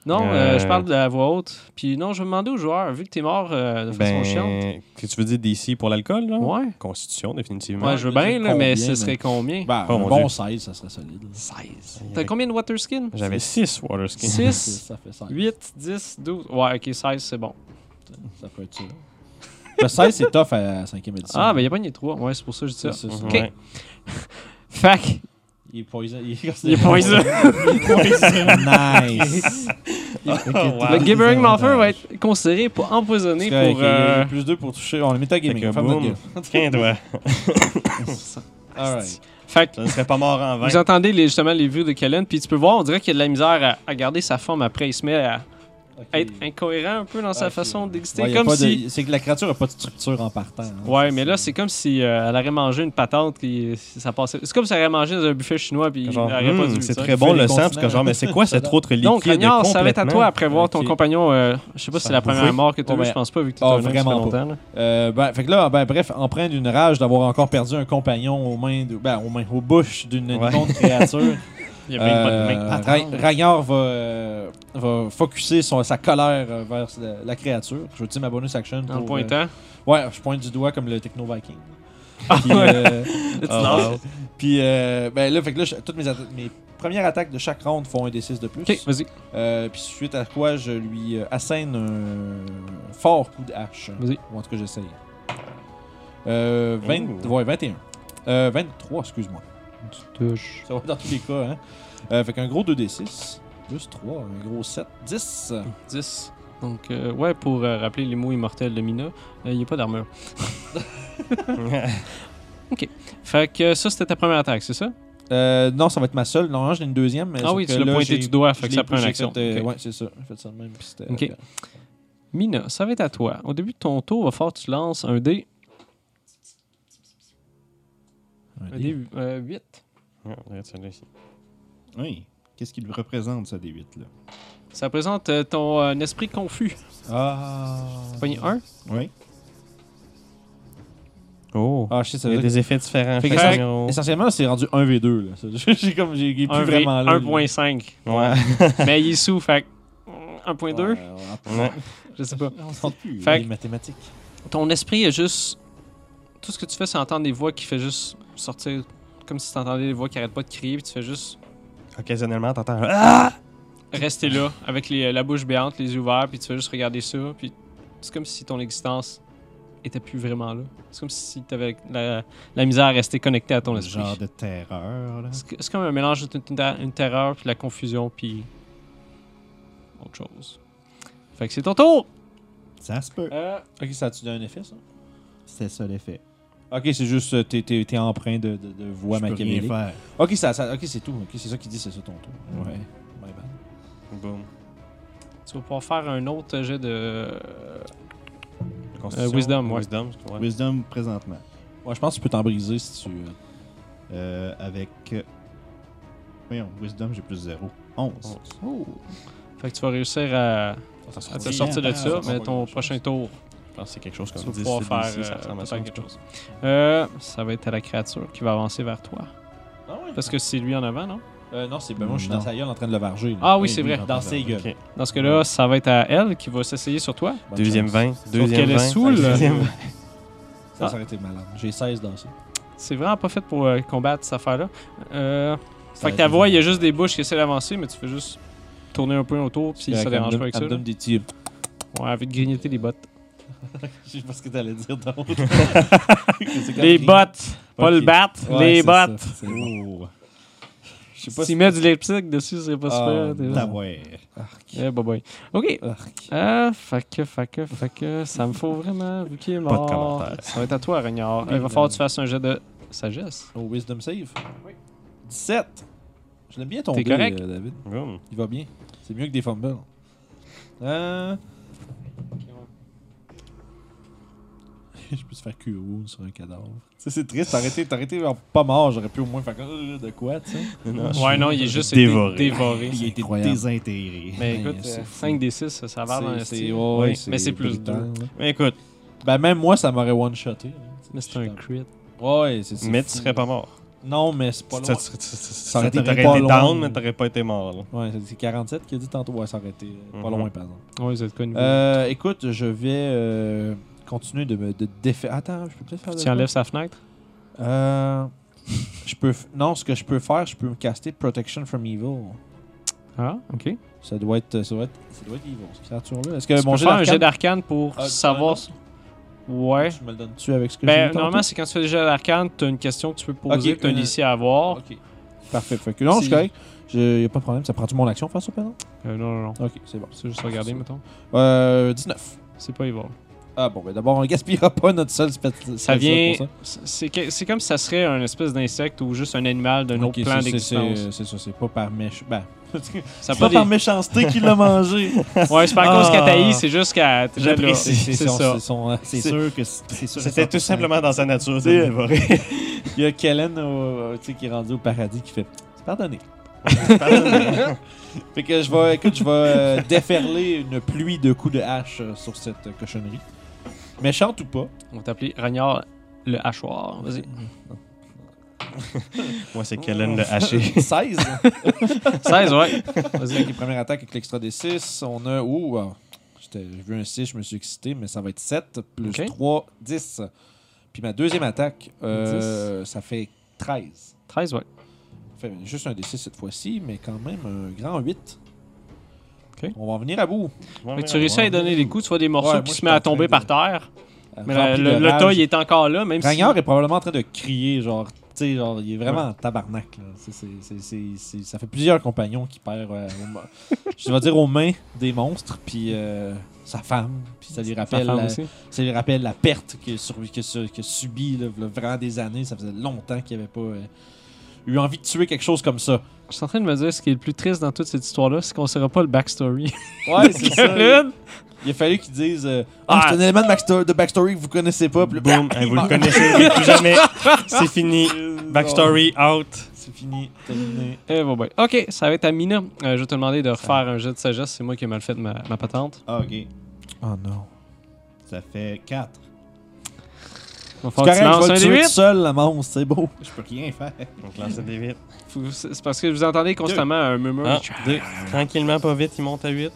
Speaker 2: Non,
Speaker 6: Euh.
Speaker 2: euh, je parle de la voix haute. Puis non, je vais demander aux joueurs, vu que t'es mort euh, de façon chiante.
Speaker 6: Ben. que tu veux dire DC pour l'alcool, là
Speaker 2: Ouais.
Speaker 6: Constitution, définitivement.
Speaker 2: Ouais, je veux
Speaker 3: je sais
Speaker 2: bien, là, mais
Speaker 3: combien,
Speaker 2: ce
Speaker 3: mais-
Speaker 2: serait combien
Speaker 3: Bah,
Speaker 6: Oh,
Speaker 3: un
Speaker 6: mon
Speaker 3: bon
Speaker 6: Dieu.
Speaker 3: 16, ça serait solide.
Speaker 2: 16.
Speaker 6: Il y
Speaker 2: T'as
Speaker 6: avait-
Speaker 2: combien de water skin <laughs>
Speaker 6: J'avais 6 water skins.
Speaker 2: 6,
Speaker 3: Ça fait 16.
Speaker 2: 8, 10, 12. Ouais, ok, 16, c'est bon.
Speaker 3: Ça peut être ça. Le 16, c'est tough à 5ème édition.
Speaker 2: Ah, ben il a pas ni 3. Ouais, c'est pour ça que je dis ça.
Speaker 3: C'est
Speaker 6: Mhm.
Speaker 3: ça, ça.
Speaker 2: Ok. Fait que-
Speaker 3: Il est poison. <laughs>
Speaker 2: il est poison.
Speaker 3: nice.
Speaker 2: Oh, Le Gibbering Mouthful va être considéré pour empoisonné pour. euh,
Speaker 3: Plus 2 pour toucher. On le met à
Speaker 6: Fait
Speaker 3: gaming.
Speaker 6: que
Speaker 3: on ferme notre
Speaker 6: boum.
Speaker 3: game.
Speaker 6: <laughs> Tiens, toi.
Speaker 3: All right.
Speaker 2: Fait que
Speaker 6: Je ne serais pas mort en vain.
Speaker 2: Vous entendez les- justement les vues de Kellen, puis tu peux voir, on dirait qu'il a de la misère à, à garder sa forme après. Il se met à
Speaker 3: Ok.
Speaker 2: être incohérent un peu dans Ah, sa
Speaker 3: Ok.
Speaker 2: façon d'exister.
Speaker 3: Ah, Ouais, y a
Speaker 2: comme
Speaker 3: pas de- <laughs>
Speaker 2: si.
Speaker 3: C'est que la créature n'a pas de structure en partant. hein.
Speaker 2: Ouais, mais là, c'est comme si euh, elle aurait mangé une patente, qui ça passait. C'est comme si elle aurait mangé dans un buffet chinois, puis
Speaker 6: Genre,
Speaker 2: elle aurait pas
Speaker 6: hmm,
Speaker 2: dû. tu sais.
Speaker 6: c'est très bon
Speaker 3: Fait
Speaker 6: le
Speaker 3: les
Speaker 6: sang, parce que
Speaker 3: continents.
Speaker 6: genre, mais c'est quoi cette autre liquide
Speaker 2: Donc, Ragnard, ça va être à toi
Speaker 6: complètement?
Speaker 2: après voir ton
Speaker 3: Ok.
Speaker 2: compagnon. euh, je sais pas si c'est la
Speaker 6: Faire
Speaker 2: première
Speaker 6: bouffer.
Speaker 2: mort que tu as
Speaker 3: Oh,
Speaker 2: vue,
Speaker 3: ben,
Speaker 2: je pense pas, vu que tu
Speaker 3: oh,
Speaker 2: as
Speaker 3: vraiment pas.
Speaker 2: longtemps. là.
Speaker 3: Euh, ben, fait que là, ben, bref, empreint d'une rage d'avoir encore perdu un compagnon aux mains, de- ben, aux mains, aux bouches d'une
Speaker 2: <laughs>
Speaker 6: Ouais.
Speaker 3: autre créature.
Speaker 6: Il y avait même pas de main.
Speaker 3: Euh, Ra- Ragnar va, euh, va focuser son- sa colère euh, vers la, la créature. Je utilise ma bonus action.
Speaker 2: En
Speaker 3: pour,
Speaker 2: pointant.
Speaker 3: euh, ouais, je pointe du doigt comme le techno-viking. Puis,
Speaker 2: <laughs>
Speaker 3: euh,
Speaker 6: Ah,
Speaker 2: nice.
Speaker 3: puis, euh, ben là, fait que là, je- toutes mes, atta- mes premières attaques de chaque round font un D6 de plus.
Speaker 2: Ok, vas-y.
Speaker 3: Euh, puis suite à quoi, je lui euh, assène un fort coup de hache.
Speaker 2: Vas-y.
Speaker 3: Ou en tout cas, j'essaye. Euh, 20 ouais, 21. Euh, 23, excuse-moi. Ça va dans tous les cas, hein. Euh, fait qu'un gros 2d6, plus 3, un gros 7, 10.
Speaker 2: 10. Donc, euh, ouais, pour euh, rappeler les mots immortels de Mina, euh, il n'y a pas
Speaker 3: <laughs>
Speaker 2: d'armure. Fait que euh, ça, c'était ta première attaque, c'est ça?
Speaker 3: Euh, non, ça va être ma seule. Normalement, j'ai une deuxième. Mais
Speaker 2: Ah
Speaker 3: sauf
Speaker 2: oui,
Speaker 3: que
Speaker 2: tu l'as
Speaker 3: là,
Speaker 2: pointé
Speaker 3: j'ai-
Speaker 2: du doigt, fait
Speaker 3: je
Speaker 2: que ça
Speaker 3: l'ai-
Speaker 2: prend une
Speaker 3: j'ai
Speaker 2: action.
Speaker 3: fait, euh,
Speaker 2: Ok.
Speaker 3: Ouais, c'est ça. J'ai fait ça de même. Puis c'était.
Speaker 2: Ok. Mina, ça va être à toi. Au début de ton tour, va falloir que tu lances un dé. Un dé euh, 8.
Speaker 6: Ouais, regarde celui-là ici.
Speaker 5: Oui. Qu'est-ce qu'il représente, ça, D8, là?
Speaker 2: Ça présente euh, ton euh, esprit confus.
Speaker 5: Ah.
Speaker 2: Pogné 1.
Speaker 5: Oui.
Speaker 6: Oh.
Speaker 3: Ah, je sais, ça
Speaker 6: Il y
Speaker 3: veut
Speaker 6: a
Speaker 3: dire.
Speaker 6: des effets différents.
Speaker 3: Fait
Speaker 6: Fait que
Speaker 2: que-
Speaker 6: numéro-
Speaker 3: Essentiellement, c'est rendu 1v2. Là. <laughs> Ça, J'ai comme. J'ai il est plus
Speaker 2: Un V-
Speaker 3: vraiment là.
Speaker 2: 1.5.
Speaker 6: Ouais.
Speaker 2: Mais il est sous, fait que, mm, 1.2,
Speaker 3: Ouais, ouais,
Speaker 6: Ouais.
Speaker 2: je sais pas.
Speaker 5: Ah, On sent plus.
Speaker 2: Fait
Speaker 3: Les mathématiques.
Speaker 2: Ton esprit est juste. Tout ce que tu fais, c'est entendre des voix qui fait juste sortir. Comme si tu entendais des voix qui arrêtent pas de crier, puis tu fais juste
Speaker 6: <laughs> Occasionnellement, t'entends. un Ah!
Speaker 2: rester là, avec les- la bouche béante, les yeux ouverts, puis tu fais juste regarder ça, puis c'est comme si ton existence était plus vraiment là. C'est comme si t'avais la, la misère à rester connecté à ton
Speaker 5: Le
Speaker 2: esprit.
Speaker 5: genre de terreur, là.
Speaker 2: C'est que- c'est comme un mélange d'une une ter- une terreur, puis la confusion, puis. autre chose. Fait que c'est ton tour!
Speaker 5: Ça se peut.
Speaker 2: Euh,
Speaker 3: Ok, ça a-tu donné un effet, ça
Speaker 5: C'est ça l'effet.
Speaker 3: Ok, c'est juste. euh, T'es, t'es, t'es empreint de, de, de voix
Speaker 5: Je peux rien
Speaker 3: machiavélique.
Speaker 5: faire.
Speaker 3: Ok, ça, ça- ok, c'est tout. Ok, c'est ça qu'il dit, c'est ça ton tour.
Speaker 5: Ouais.
Speaker 3: My bad.
Speaker 6: Boum.
Speaker 2: tu vas pouvoir faire un autre jet de.
Speaker 6: Constitution.
Speaker 2: Euh, wisdom, ouais.
Speaker 6: Wisdom, ouais.
Speaker 5: Wisdom, présentement.
Speaker 3: Ouais, je pense que tu peux t'en briser si tu. euh,
Speaker 5: Euh, avec... euh, Voyons, Wisdom, j'ai plus 0. 11.
Speaker 2: Fait que tu vas réussir à, à te
Speaker 5: oui,
Speaker 2: sortir de
Speaker 5: attends,
Speaker 2: ça,
Speaker 5: attends,
Speaker 2: mais ton prochain tour,
Speaker 6: Je pense que c'est quelque chose
Speaker 2: tu
Speaker 6: comme
Speaker 2: vas
Speaker 6: 10
Speaker 2: pouvoir
Speaker 6: c'est
Speaker 2: faire
Speaker 6: d'ici,
Speaker 2: euh,
Speaker 6: ça ressemble à
Speaker 2: peut-être
Speaker 6: ça,
Speaker 2: quelque
Speaker 6: je
Speaker 2: chose. Euh, ça va être à la créature qui va avancer vers toi.
Speaker 3: Ah ouais?
Speaker 2: Parce que c'est lui en avant, non?
Speaker 3: Euh, non, c'est ben moi, je suis
Speaker 5: Non.
Speaker 3: dans sa gueule en train de le varger. là.
Speaker 2: Ah oui, c'est vrai.
Speaker 3: Dans ses gueules.
Speaker 6: Ok.
Speaker 2: Dans ce cas-là, ça va être à elle qui va s'essayer sur toi.
Speaker 3: Bonne
Speaker 6: Deuxième
Speaker 3: chance.
Speaker 6: 20. Deuxième
Speaker 2: qu'elle est
Speaker 6: 20.
Speaker 2: saoule.
Speaker 6: Deuxième 20.
Speaker 3: Ça, ça aurait été malade. J'ai 16 dans ça.
Speaker 2: C'est vraiment pas fait pour euh, combattre cette affaire-là. Euh, fait que
Speaker 3: Ça aurait
Speaker 2: ta
Speaker 3: été
Speaker 2: voix, il y a
Speaker 3: malade.
Speaker 2: juste des bouches qui essaient d'avancer, mais tu fais juste tourner un peu autour, puis
Speaker 3: Euh,
Speaker 2: ça
Speaker 3: elle
Speaker 2: dérange
Speaker 3: me
Speaker 2: pas avec ça.
Speaker 3: donne- Elle me
Speaker 2: là.
Speaker 3: donne des petits.
Speaker 2: <laughs> Ouais, avec grignoter les bottes.
Speaker 3: Je sais pas ce que t'allais dire d'autre.
Speaker 2: Les bottes! Oh. Pas
Speaker 3: Ok.
Speaker 2: le battre,
Speaker 3: Ouais,
Speaker 2: les
Speaker 3: c'est ça,
Speaker 2: bottes!
Speaker 3: c'est bon. Je sais pas
Speaker 2: S'il met du lipstick dessus, c'est pas
Speaker 3: Ah,
Speaker 2: super. t'es là.
Speaker 5: Ah ouais.
Speaker 2: Eh, bye bye. Ok. Ah, fait que, fait que, fait que, ça me faut vraiment, vu qu'il est mort.
Speaker 6: commentaire.
Speaker 2: Ça va être à toi, Ragnard. Il va falloir que tu fasses un jet de sagesse.
Speaker 3: Au Oh, Wisdom Save. Oui. 17. Je l'aime bien ton
Speaker 2: T'es
Speaker 3: dé,
Speaker 2: correct.
Speaker 3: euh, David.
Speaker 6: Boum.
Speaker 3: Il va bien. C'est mieux que des fumbles. Euh... <laughs> Je peux se faire QO sur un cadavre. Ça, c'est triste. T'aurais été, t'aurais été genre euh, pas mort. J'aurais pu au moins faire comme, Euh, de quoi, tu sais.
Speaker 2: ouais, non, il est juste
Speaker 6: Dévoré.
Speaker 2: été
Speaker 3: <laughs>
Speaker 2: dévoré.
Speaker 5: Il a été
Speaker 3: incroyable.
Speaker 5: désintégré.
Speaker 2: Mais
Speaker 3: Ouais,
Speaker 2: écoute,
Speaker 3: c'est
Speaker 2: euh,
Speaker 3: fou.
Speaker 2: 5 des 6, ça, ça va dans le
Speaker 3: C'est-
Speaker 2: style.
Speaker 3: ouais,
Speaker 6: Oui,
Speaker 2: mais c'est plus
Speaker 3: brutal, là.
Speaker 6: Mais écoute,
Speaker 3: Ben, même moi, ça m'aurait one-shoté. là.
Speaker 2: Mais c'est un crit.
Speaker 3: Ouais, c'est c'est
Speaker 6: mais tu
Speaker 3: fou.
Speaker 6: serais pas mort.
Speaker 3: Non, mais c'est pas
Speaker 6: Ça
Speaker 3: loin.
Speaker 6: ça
Speaker 3: aurait
Speaker 6: aurait
Speaker 3: été
Speaker 6: été
Speaker 3: pas
Speaker 6: down,
Speaker 3: loin.
Speaker 6: mais t'aurais pas été mort. là.
Speaker 3: Ouais, c'est- c'est 47 qui a dit tantôt. Ouais, ça aurait été euh, pas
Speaker 6: Mhm.
Speaker 3: loin, par exemple.
Speaker 2: Ouais, vous êtes connus.
Speaker 3: Euh, écoute, je vais euh, continuer de me de défaire. Attends, je peux peut-être faire de
Speaker 2: tu
Speaker 3: quoi?
Speaker 2: enlèves sa fenêtre.
Speaker 3: Euh, je peux f- non, ce que je peux faire, je peux me caster Protection from Evil.
Speaker 2: Ah, ok. Tu
Speaker 3: Ça doit être euh, ça doit être, ça doit être evil. cette créature-là. Est-ce que
Speaker 2: peux
Speaker 3: mon jet
Speaker 2: faire un jet d'arcane
Speaker 3: d'arcane
Speaker 2: Euh, pour
Speaker 3: Ah, tu
Speaker 2: savoir.
Speaker 3: fais un
Speaker 2: Ouais.
Speaker 3: tu me le donnes tu avec ce que j'ai
Speaker 2: Ben,
Speaker 3: eu
Speaker 2: normalement,
Speaker 3: tantôt?
Speaker 2: c'est quand tu fais le jet d'arcane, t'as une question que tu peux poser,
Speaker 3: Ok,
Speaker 2: que t'as un
Speaker 3: une-
Speaker 2: ici à avoir.
Speaker 3: OK. Parfait. Fait que non, je suis
Speaker 2: C'est-
Speaker 3: correct. Je, y a pas de problème, ça prend tu mon action faire ça pendant
Speaker 2: Euh, non, non, non.
Speaker 3: OK, c'est bon.
Speaker 2: Ah, C'est juste regarder, mettons.
Speaker 3: Euh 19.
Speaker 2: C'est pas Evil.
Speaker 3: Ah bon, ben d'abord on <laughs> gaspillera pas notre seul spé-
Speaker 2: Ça
Speaker 3: spécial
Speaker 2: vient.
Speaker 3: pour ça.
Speaker 2: C'est que- c'est comme si ça serait un espèce d'insecte ou juste un animal d'un
Speaker 3: Ok,
Speaker 2: autre plan
Speaker 3: c'est- euh, c'est-
Speaker 2: d'existence.
Speaker 3: C'est c'est ça, c'est pas par méch ben,
Speaker 2: Ça
Speaker 3: c'est
Speaker 2: peut
Speaker 3: pas
Speaker 2: des...
Speaker 3: par méchanceté qu'il l'a mangé.
Speaker 2: <laughs> Ouais, c'est pas à cause
Speaker 6: Ah.
Speaker 2: qu'elle taillit, c'est juste
Speaker 3: <laughs>
Speaker 2: qu'elle. t'es là,
Speaker 3: C'est
Speaker 6: J'apprécie.
Speaker 2: C'est
Speaker 3: c'est son-
Speaker 2: ça.
Speaker 3: c'est son, euh,
Speaker 5: C'est
Speaker 6: C'est-
Speaker 5: sûr que c'est c'est sûr et
Speaker 6: C'était tout
Speaker 5: 100%.
Speaker 6: simplement dans sa nature de le dévorer.
Speaker 3: Il y a Kellen au- tu sais, qui est rendu au paradis qui fait C'est pardonné. <laughs> fait que je vais, écoute, je vais euh, déferler une pluie de coups de hache euh, sur cette euh, cochonnerie. Méchante ou pas
Speaker 2: <laughs> On va t'appeler Ragnard le hachoir. Vas-y.
Speaker 6: Moi, c'est Kellen le haché.
Speaker 3: 16.
Speaker 2: 16, ouais.
Speaker 3: Euh, Vas-y, les premières attaques avec l'extra des 6. On a. Ouh, ah, j'étais- j'ai vu un 6, je me suis excité, mais ça va être 7 plus
Speaker 2: Ok.
Speaker 3: 3, 10. Puis ma deuxième attaque, euh, ça fait 13.
Speaker 2: 13, ouais.
Speaker 3: Fait juste un des 6 cette fois-ci, mais quand même un grand 8.
Speaker 2: Ok.
Speaker 3: On va en venir à bout.
Speaker 2: Fait que tu réussis à lui donner des coups, tu vois des morceaux
Speaker 3: Ouais,
Speaker 2: qui
Speaker 3: moi,
Speaker 2: se mettent à
Speaker 3: j'étais en
Speaker 2: tomber
Speaker 3: train
Speaker 2: par
Speaker 3: de-
Speaker 2: terre. Mais la-
Speaker 3: Euh, Rempli
Speaker 2: le,
Speaker 3: de
Speaker 2: le
Speaker 3: rage.
Speaker 2: toit, il est encore là, même si.
Speaker 3: Ragnar est probablement en train de crier, genre, tu sais, genre, il est vraiment en tabarnak. là. C'est- c'est- c'est- c'est- c'est- ça fait plusieurs compagnons qui perdent, euh, aux ma- <laughs> je vais dire, aux mains des monstres, puis euh, sa femme, puis ça lui
Speaker 2: Sa
Speaker 3: rappelle,
Speaker 2: femme
Speaker 3: la,
Speaker 2: aussi.
Speaker 3: ça lui rappelle la perte qu'il que, sur- qu'il a subie là, v'là vraiment des années. Ça faisait longtemps qu'il avait pas euh, eu envie de tuer quelque chose comme ça.
Speaker 2: Je suis en train de me dire ce qui est le plus triste dans toute cette histoire-là, c'est qu'on ne saura pas le backstory.
Speaker 3: <laughs>
Speaker 2: <laughs>
Speaker 3: Ouais, c'est ça. Il,
Speaker 2: Kevin!
Speaker 3: il a fallu qu'ils disent euh, Ah, c'est un élément de, backsto- de backstory que vous connaissez <laughs> pas. puis là,
Speaker 6: Boum, Hey, vous le connaissez plus jamais. C'est fini. Backstory out.
Speaker 3: Oh, C'est fini, terminé.
Speaker 2: Eh, bon, ben. Ok, ça va être à Mina. Euh, je vais te demander de refaire un jet de sagesse, c'est moi qui ai mal fait ma, ma patente.
Speaker 5: Ah, ok.
Speaker 3: Oh non.
Speaker 5: Ça fait 4.
Speaker 2: On va
Speaker 3: C'est
Speaker 2: faire
Speaker 3: correct, je vais le
Speaker 2: un
Speaker 3: tuer
Speaker 2: des
Speaker 3: tout
Speaker 2: huit.
Speaker 3: seul, la monstre, c'est beau.
Speaker 5: Je peux rien faire.
Speaker 6: Donc, lancez des 8.
Speaker 2: Faut- C'est parce que vous entendez constamment un murmure.
Speaker 3: Ah.
Speaker 5: Ah.
Speaker 6: Tranquillement, pas vite, il monte à 8.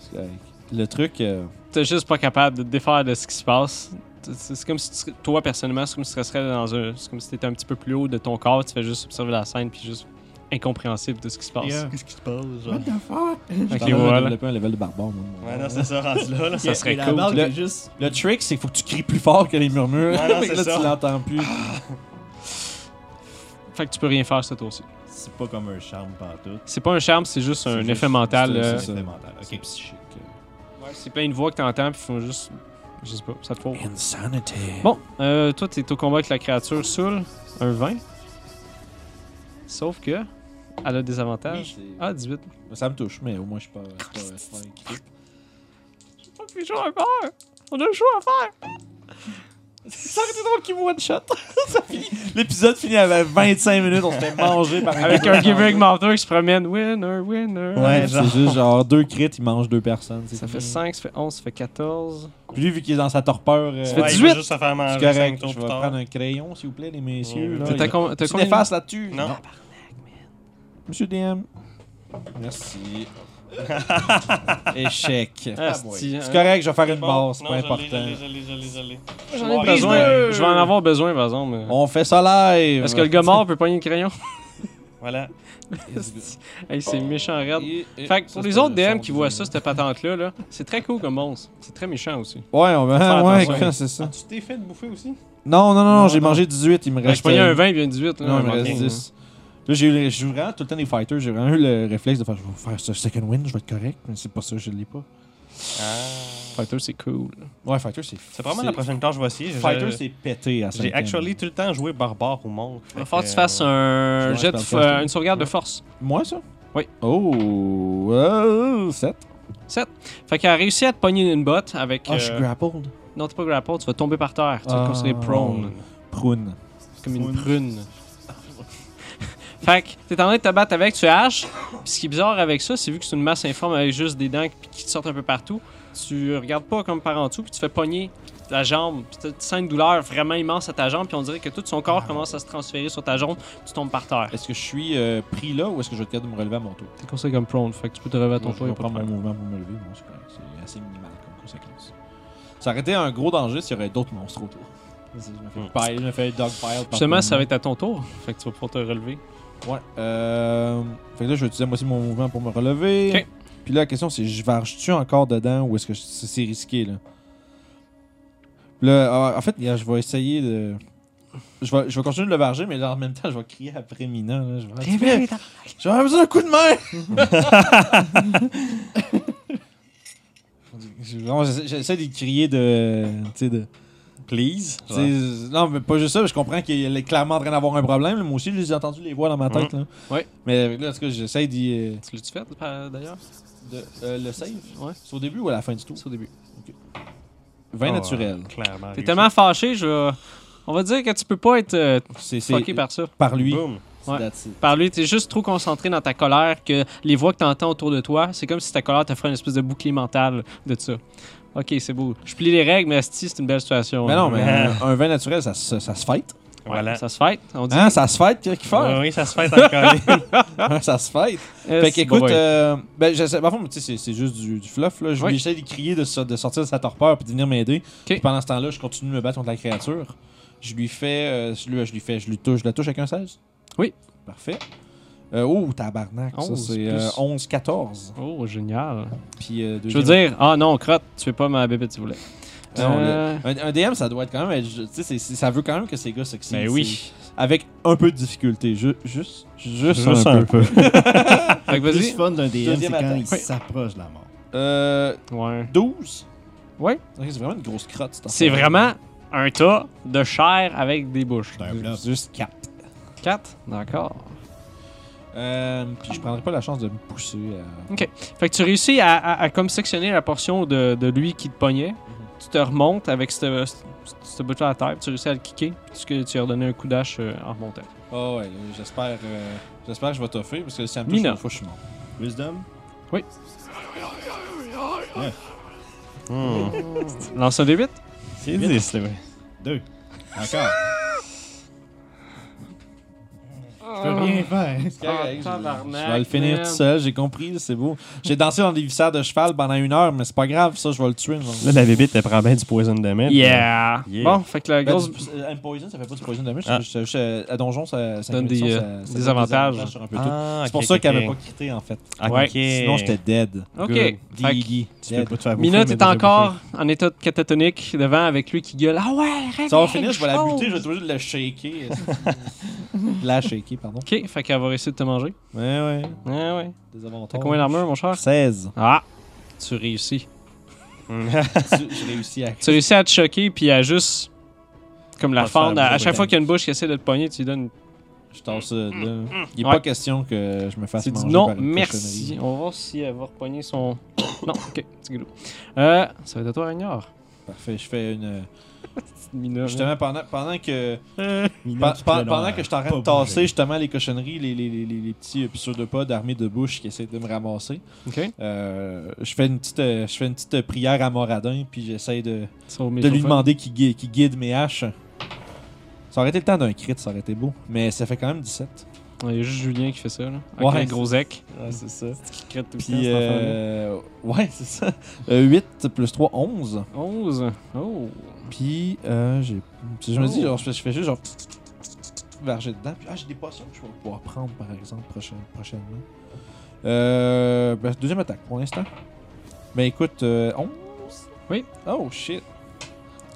Speaker 3: C'est correct. Le truc, euh,
Speaker 2: T'es juste pas capable de te défaire de ce qui se passe. T- C'est c'est comme si tu- toi personnellement, c'est comme si tu serais dans un, c'est comme si t'étais un petit peu plus haut de ton corps, tu fais juste observer la scène puis juste incompréhensible de ce qui se passe.
Speaker 5: Qu'est-ce qui se passe?
Speaker 3: je
Speaker 2: Ok,
Speaker 3: t'en ai
Speaker 2: voilà.
Speaker 3: développé un level de barbare. moi, moi.
Speaker 6: Ouais, non, c'est ça, rendu là. là.
Speaker 2: Ça serait
Speaker 5: la
Speaker 2: cool.
Speaker 5: barbe
Speaker 3: Le-
Speaker 5: est juste.
Speaker 3: Le trick, c'est qu'il faut que tu cries plus fort que les murmures. <laughs>
Speaker 6: Ouais, non,
Speaker 3: Fait que là,
Speaker 6: c'est ça.
Speaker 3: tu l'entends plus.
Speaker 2: Fait que tu peux rien faire ce tour-ci.
Speaker 5: C'est pas comme un charme partout.
Speaker 2: C'est pas un charme, c'est juste
Speaker 5: C'est
Speaker 2: un
Speaker 5: juste-
Speaker 2: effet mental.
Speaker 5: c'est-
Speaker 2: euh,
Speaker 5: C'est un effet mental. Ok.
Speaker 3: psychique.
Speaker 2: ouais, C'est plein de voix que t'entends puis font juste, je sais pas, ça te fout.
Speaker 3: Insanity.
Speaker 2: Bon, euh, toi t'es au combat avec la créature Soul, un 20. Sauf que, elle a des avantages. Ah, 18.
Speaker 3: Ça me touche, mais au moins, je suis pas, je suis pas, je suis pas un crit.
Speaker 2: Pas plus chaud à faire! On a le choix à faire!
Speaker 3: Ça aurait été drôle qu'il me one-shot. <laughs> Ça finit- L'épisode finit avec 25 minutes, on se fait manger par
Speaker 2: Avec un giving mentor qui se promène. Winner, winner.
Speaker 5: Ouais, genre.
Speaker 3: C'est juste genre deux crits, il mange deux personnes. c'est
Speaker 2: Ça
Speaker 3: tout.
Speaker 2: fait 5, ça fait 11, ça fait 14.
Speaker 3: Puis lui, vu qu'il est dans sa torpeur. euh,
Speaker 2: Ça fait
Speaker 6: Ouais, il
Speaker 2: 18.
Speaker 6: va juste se faire
Speaker 3: C'est
Speaker 6: manger 5
Speaker 3: correct.
Speaker 6: tours
Speaker 3: Je vais
Speaker 6: plus tard.
Speaker 3: prendre un crayon, s'il vous plaît, les messieurs.
Speaker 6: Ouais,
Speaker 3: là.
Speaker 6: ouais.
Speaker 2: T'as
Speaker 3: Il-
Speaker 2: com- t'as
Speaker 3: Tu
Speaker 2: combien-
Speaker 3: n'effaces là-dessus.
Speaker 6: Non.
Speaker 3: Monsieur DM. Merci. Échec. Ah,
Speaker 2: Asti, hein.
Speaker 3: C'est correct, je vais faire une
Speaker 6: Ah, Bon,
Speaker 3: barre, c'est
Speaker 6: non,
Speaker 3: pas
Speaker 6: je l'ai,
Speaker 3: important.
Speaker 6: Je l'ai, je l'ai, je l'ai,
Speaker 2: J'en ai besoin. Je vais en avoir besoin, par exemple. mais-
Speaker 3: On fait ça live.
Speaker 2: Est-ce que le gars mort peut pogner le crayon?
Speaker 6: Voilà.
Speaker 2: hey, c'est méchant, raide.
Speaker 3: Et- et-
Speaker 2: Fait que
Speaker 3: ça,
Speaker 2: pour
Speaker 3: c'est
Speaker 2: les autres
Speaker 3: le
Speaker 2: DM
Speaker 3: son
Speaker 2: qui
Speaker 3: du
Speaker 2: voient
Speaker 3: jeu.
Speaker 2: ça, cette patente-là, là, c'est très cool comme monstre. C'est très méchant aussi.
Speaker 3: Ouais, on
Speaker 2: Faire
Speaker 3: va. Ouais,
Speaker 2: attention.
Speaker 3: quand c'est ça.
Speaker 6: Tu t'es fait bouffer aussi?
Speaker 3: Non, non, non,
Speaker 6: Non,
Speaker 3: j'ai
Speaker 6: non.
Speaker 3: mangé 18, il me
Speaker 2: J'ai
Speaker 3: reste.
Speaker 2: pogné
Speaker 3: euh,
Speaker 2: un 20 et un 18. là,
Speaker 3: Non,
Speaker 2: un
Speaker 3: il me
Speaker 2: moment
Speaker 3: reste
Speaker 2: donné.
Speaker 3: 10. Là, j'ai eu le- j'ai eu vraiment tout le temps des fighters, j'ai vraiment eu le réflexe de faire je vais faire ce second win, je vais être correct, mais c'est pas ça, je l'ai pas.
Speaker 6: Ah.
Speaker 2: Fighter, c'est cool.
Speaker 3: Ouais, fighter, c'est.
Speaker 6: C'est vraiment la prochaine tâche, voici. Je-
Speaker 3: Fighter, c'est pété à
Speaker 6: J'ai
Speaker 3: cinquième.
Speaker 6: actually tout le temps joué barbare ou monk.
Speaker 2: Il va falloir que euh, tu fasses un
Speaker 3: je
Speaker 2: jet, de
Speaker 3: pense
Speaker 2: f-
Speaker 3: que je-
Speaker 2: euh, une sauvegarde de force.
Speaker 3: Moi, ça
Speaker 2: Oui.
Speaker 3: Oh, euh, 7.
Speaker 2: 7. Fait qu'elle a réussi à te pogner une botte avec.
Speaker 3: Ah, je suis
Speaker 2: euh,
Speaker 3: grappled.
Speaker 2: Non, t'es pas grapple, tu vas tomber par terre. Tu vas
Speaker 3: Ah.
Speaker 2: te considérer prone.
Speaker 3: Prune.
Speaker 2: Comme une
Speaker 6: euh,
Speaker 2: prune. fait que t'es en train de te battre avec, tu haches. Puis ce qui est bizarre avec ça, c'est vu que c'est une masse informe avec juste des dents qui- qui te sortent un peu partout, tu regardes pas comme par en dessous, puis tu fais pogner la jambe. Puis t'as- tu sens une douleur vraiment immense à ta jambe, puis on dirait que tout son corps commence à se transférer sur ta jambe, puis tu tombes par terre.
Speaker 3: Est-ce que je suis euh, pris là ou est-ce que je vais être capable de me relever à mon tour
Speaker 2: T'es considéré comme prone, fait que tu peux te relever à
Speaker 3: Moi, Je vais prendre mon mouvement pour me lever. Bon, c'est correct. C'est assez minimal comme conséquence. Ça aurait été un gros danger s'il y aurait d'autres monstres autour. Hmm. Je me fais pile, je me fais dogpile. par
Speaker 2: Justement,
Speaker 3: tout
Speaker 2: ça
Speaker 3: le
Speaker 2: va être à ton tour, fait que tu vas pouvoir te relever.
Speaker 3: monde. Ouais. Euh... Fait que là, je vais utiliser moi aussi mon mouvement pour me relever.
Speaker 2: Ok.
Speaker 3: Puis là, la question, c'est je varge-tu encore dedans ou est-ce que je- c'est c'est risqué là Puis là, ah, en fait, gars, je vais essayer de. Je vais, je vais continuer de le varger, mais là, en même temps, je vais crier après Mina. là. Je vais dire, J'aurais besoin d'un coup de main! <laughs> Je- vraiment, j'essa- J'essaie de crier de. Tu sais, de.
Speaker 6: Please.
Speaker 3: tu sais, Non, mais pas juste ça, je comprends qu'il est clairement en train d'avoir un problème. là. Moi aussi, j'ai entendu les voix dans ma tête. Là.
Speaker 2: Ouais.
Speaker 3: Mais là, en tout cas, j'essaie d'y. euh,
Speaker 2: Tu l'as-tu fait par- d'ailleurs
Speaker 3: de- euh, le save
Speaker 2: Ouais.
Speaker 3: C'est au début ou à la fin du tour
Speaker 2: C'est Ah, au début.
Speaker 3: 20 naturel.
Speaker 6: Clairement.
Speaker 2: T'es tellement fâché, je vais- On va dire que tu peux pas être euh,
Speaker 3: C'est c'est-
Speaker 2: fucké par ça.
Speaker 3: par lui.
Speaker 6: Boom.
Speaker 2: Ouais.
Speaker 3: That's it.
Speaker 2: Par lui, t'es juste trop concentré dans ta colère que les voix que t'entends autour de toi, c'est comme si ta colère te ferait une espèce de bouclier mental de ça. Ok, c'est beau. Je plie les règles, mais asti, c'est une belle situation.
Speaker 3: Mais non, mais
Speaker 6: Ouais.
Speaker 3: un, un vin naturel, ça, se- ça se fight.
Speaker 6: Voilà.
Speaker 2: Ça se fait, on dit.
Speaker 3: Hein, ça se fête, qu'il fait.
Speaker 6: Ouais, oui, ça se fait encore. <laughs>
Speaker 3: Hein, ça se fête.
Speaker 2: Euh,
Speaker 3: Fait
Speaker 2: c'est-
Speaker 3: qu'écoute,
Speaker 2: bon, ouais.
Speaker 3: euh, ben, je sais, parfois, mais tu sais, c'est- c'est juste du, du fluff. Là. Je
Speaker 2: Oui.
Speaker 3: lui essaie de crier de, so- de sortir de sa torpeur puis de venir m'aider. Puis Pendant ce temps-là, je continue de me battre contre la créature. Je lui fais. euh, je, lui, je lui fais. Je lui touche. Je la touche avec un 16
Speaker 2: Oui.
Speaker 3: Parfait. Euh, oh, tabarnak. ça,
Speaker 2: 11
Speaker 3: c'est
Speaker 2: plus.
Speaker 3: euh, 11-14.
Speaker 2: Oh, génial.
Speaker 3: Puis. euh,
Speaker 2: Je veux
Speaker 3: deuxième-
Speaker 2: dire, ah non, crotte, tu es pas ma bébé, tu voulais.
Speaker 3: Non, le-
Speaker 2: Euh,
Speaker 3: Un, un DM, ça doit être quand même. être- Tu sais, c'est- c'est- ça veut quand même que ces gars s'excitent.
Speaker 2: Ben
Speaker 6: Mais oui.
Speaker 3: C'est- Avec un peu de difficulté. Ju- juste. Juste,
Speaker 6: Juste
Speaker 3: un,
Speaker 6: un
Speaker 3: peu.
Speaker 2: Fait que
Speaker 5: Le plus
Speaker 2: vas-y.
Speaker 5: fun d'un DM, c'est
Speaker 3: Deuxième
Speaker 5: quand
Speaker 3: attaque.
Speaker 5: il
Speaker 3: Oui.
Speaker 5: s'approche de la mort.
Speaker 3: Euh,
Speaker 2: Ouais.
Speaker 3: 12.
Speaker 2: Ouais.
Speaker 3: Ok, c'est vraiment une grosse crotte. cette
Speaker 2: C'est
Speaker 3: affaire.
Speaker 2: vraiment un tas de chair avec des bouches.
Speaker 5: D'un bluff.
Speaker 3: Juste 4.
Speaker 2: 4? D'accord.
Speaker 3: Euh, puis je prendrais pas la chance de me pousser. à-
Speaker 2: Fait que tu réussis à, à- à comme sectionner la portion de, de lui qui te pognait. Tu te remontes avec ce cette bout à la terre, puis tu réussis à le kicker, puis tu, tu lui as redonné un coup d'âge euh, en remontant.
Speaker 3: Ah ouais, là, j'espère, euh, j'espère que je vais t'offrir parce que si ça me touche
Speaker 2: Mina.
Speaker 3: une fois, je suis mort.
Speaker 5: Wisdom?
Speaker 6: Hmm.
Speaker 2: Lance un D8.
Speaker 6: C'est 10, là. ouais.
Speaker 5: 2. Encore. Je peux rien faire.
Speaker 3: Correct, je-
Speaker 2: Ah, tabarnak,
Speaker 3: je vais le finir
Speaker 2: man.
Speaker 3: tout seul, j'ai compris, c'est beau. J'ai dansé dans des viscères de cheval pendant une heure, mais c'est pas grave, ça, je vais le tuer. genre.
Speaker 6: Là, la bébite, elle prend bien du poison damage.
Speaker 2: Yeah.
Speaker 6: Yeah.
Speaker 2: Bon, fait que la
Speaker 3: Ben,
Speaker 2: grosse.
Speaker 3: du- euh, un poison, ça fait pas du poison damage.
Speaker 6: Ah.
Speaker 3: c'est juste- euh, à donjon, ça, ça
Speaker 2: Donne
Speaker 3: ça-
Speaker 2: des,
Speaker 3: ça-
Speaker 2: euh,
Speaker 3: ça
Speaker 2: des
Speaker 3: donne
Speaker 2: avantages.
Speaker 3: sur un peu tout.
Speaker 6: Ah,
Speaker 3: C'est pour
Speaker 6: ok,
Speaker 3: ça
Speaker 6: ok,
Speaker 3: qu'elle
Speaker 6: ok.
Speaker 3: m'avait pas quitté, en fait.
Speaker 6: Ah,
Speaker 2: Ouais.
Speaker 6: ok.
Speaker 3: Sinon, j'étais dead.
Speaker 2: Ok.
Speaker 6: Good.
Speaker 2: Fait que-
Speaker 3: Diggy,
Speaker 5: Tu peux pas te faire bouffer,
Speaker 2: Mina,
Speaker 5: mais
Speaker 2: t'es
Speaker 5: déjà
Speaker 2: encore en état de catatonique devant avec lui qui gueule. Ah ouais, règle,
Speaker 3: Ça va finir, je vais la
Speaker 2: chose.
Speaker 3: buter, je vais être obligé de la shaker. De la shaker, pardon.
Speaker 2: Ok, fait qu'elle va essayer de te manger.
Speaker 3: Ouais, ouais.
Speaker 2: Ouais, ouais.
Speaker 3: Des avantages.
Speaker 2: T'as combien d'armure, mon cher <laughs>
Speaker 3: 16.
Speaker 2: Ah, tu réussis.
Speaker 3: Tu- J'ai réussi à.
Speaker 2: Tu réussis à te choquer puis à juste. Comme la
Speaker 6: Pas faire
Speaker 2: fendre. À, à
Speaker 6: bouger,
Speaker 2: chaque
Speaker 6: ouais.
Speaker 2: fois qu'il y a une bouche qui essaie de te pogner, tu lui donnes.
Speaker 3: Je t'en ça de là. Il est
Speaker 2: Ouais.
Speaker 3: pas question que je me fasse
Speaker 2: Tu dis
Speaker 3: manger.
Speaker 2: non,
Speaker 3: par une
Speaker 2: merci. On va voir si elle va repogner son.
Speaker 3: <coughs>
Speaker 2: non, ok, petit gueulou. Euh, ça va être à toi, Ragnard.
Speaker 3: cochonnerie. Parfait, je fais une.
Speaker 2: Petite mina,
Speaker 3: Justement, pendant, pendant que. <laughs>
Speaker 5: Mina,
Speaker 3: pe-
Speaker 5: tu
Speaker 3: pe-
Speaker 5: peux leur-
Speaker 3: pendant que je t'arrête de
Speaker 5: pas
Speaker 3: tasser
Speaker 5: bouger.
Speaker 3: justement les cochonneries, les, les, les, les, les petits euh, pseudopodes armés de bouche qui essaient de me ramasser,
Speaker 2: Ok.
Speaker 3: euh, je fais une petite euh, je fais une petite euh, prière à Moradin, puis j'essaie de,
Speaker 2: Sur mes
Speaker 3: de lui
Speaker 2: chauffeurs.
Speaker 3: demander qu'il guide, qu'il guide mes haches. Ça aurait été le temps d'un crit, ça aurait été beau. Mais ça fait quand même 17.
Speaker 2: Ouais, Il y a juste Julien qui fait ça, là. Avec
Speaker 3: Ouais,
Speaker 2: un gros ec.
Speaker 3: Ouais, c'est ça.
Speaker 2: Qui crête tout le temps,
Speaker 3: Puis,
Speaker 2: cette affaire-là.
Speaker 3: euh, ouais, c'est ça. Euh, 8 plus 3, 11.
Speaker 2: 11. Oh.
Speaker 3: Puis, euh, j'ai. puis je me
Speaker 2: Oh.
Speaker 3: dis, genre, je fais- je fais juste genre. Verger dedans. Puis, ah, j'ai des potions que je vais pouvoir prendre, par exemple, prochain- prochainement. Euh, ben, deuxième attaque pour l'instant. Ben, écoute, euh, 11.
Speaker 2: Oui.
Speaker 3: Oh, shit.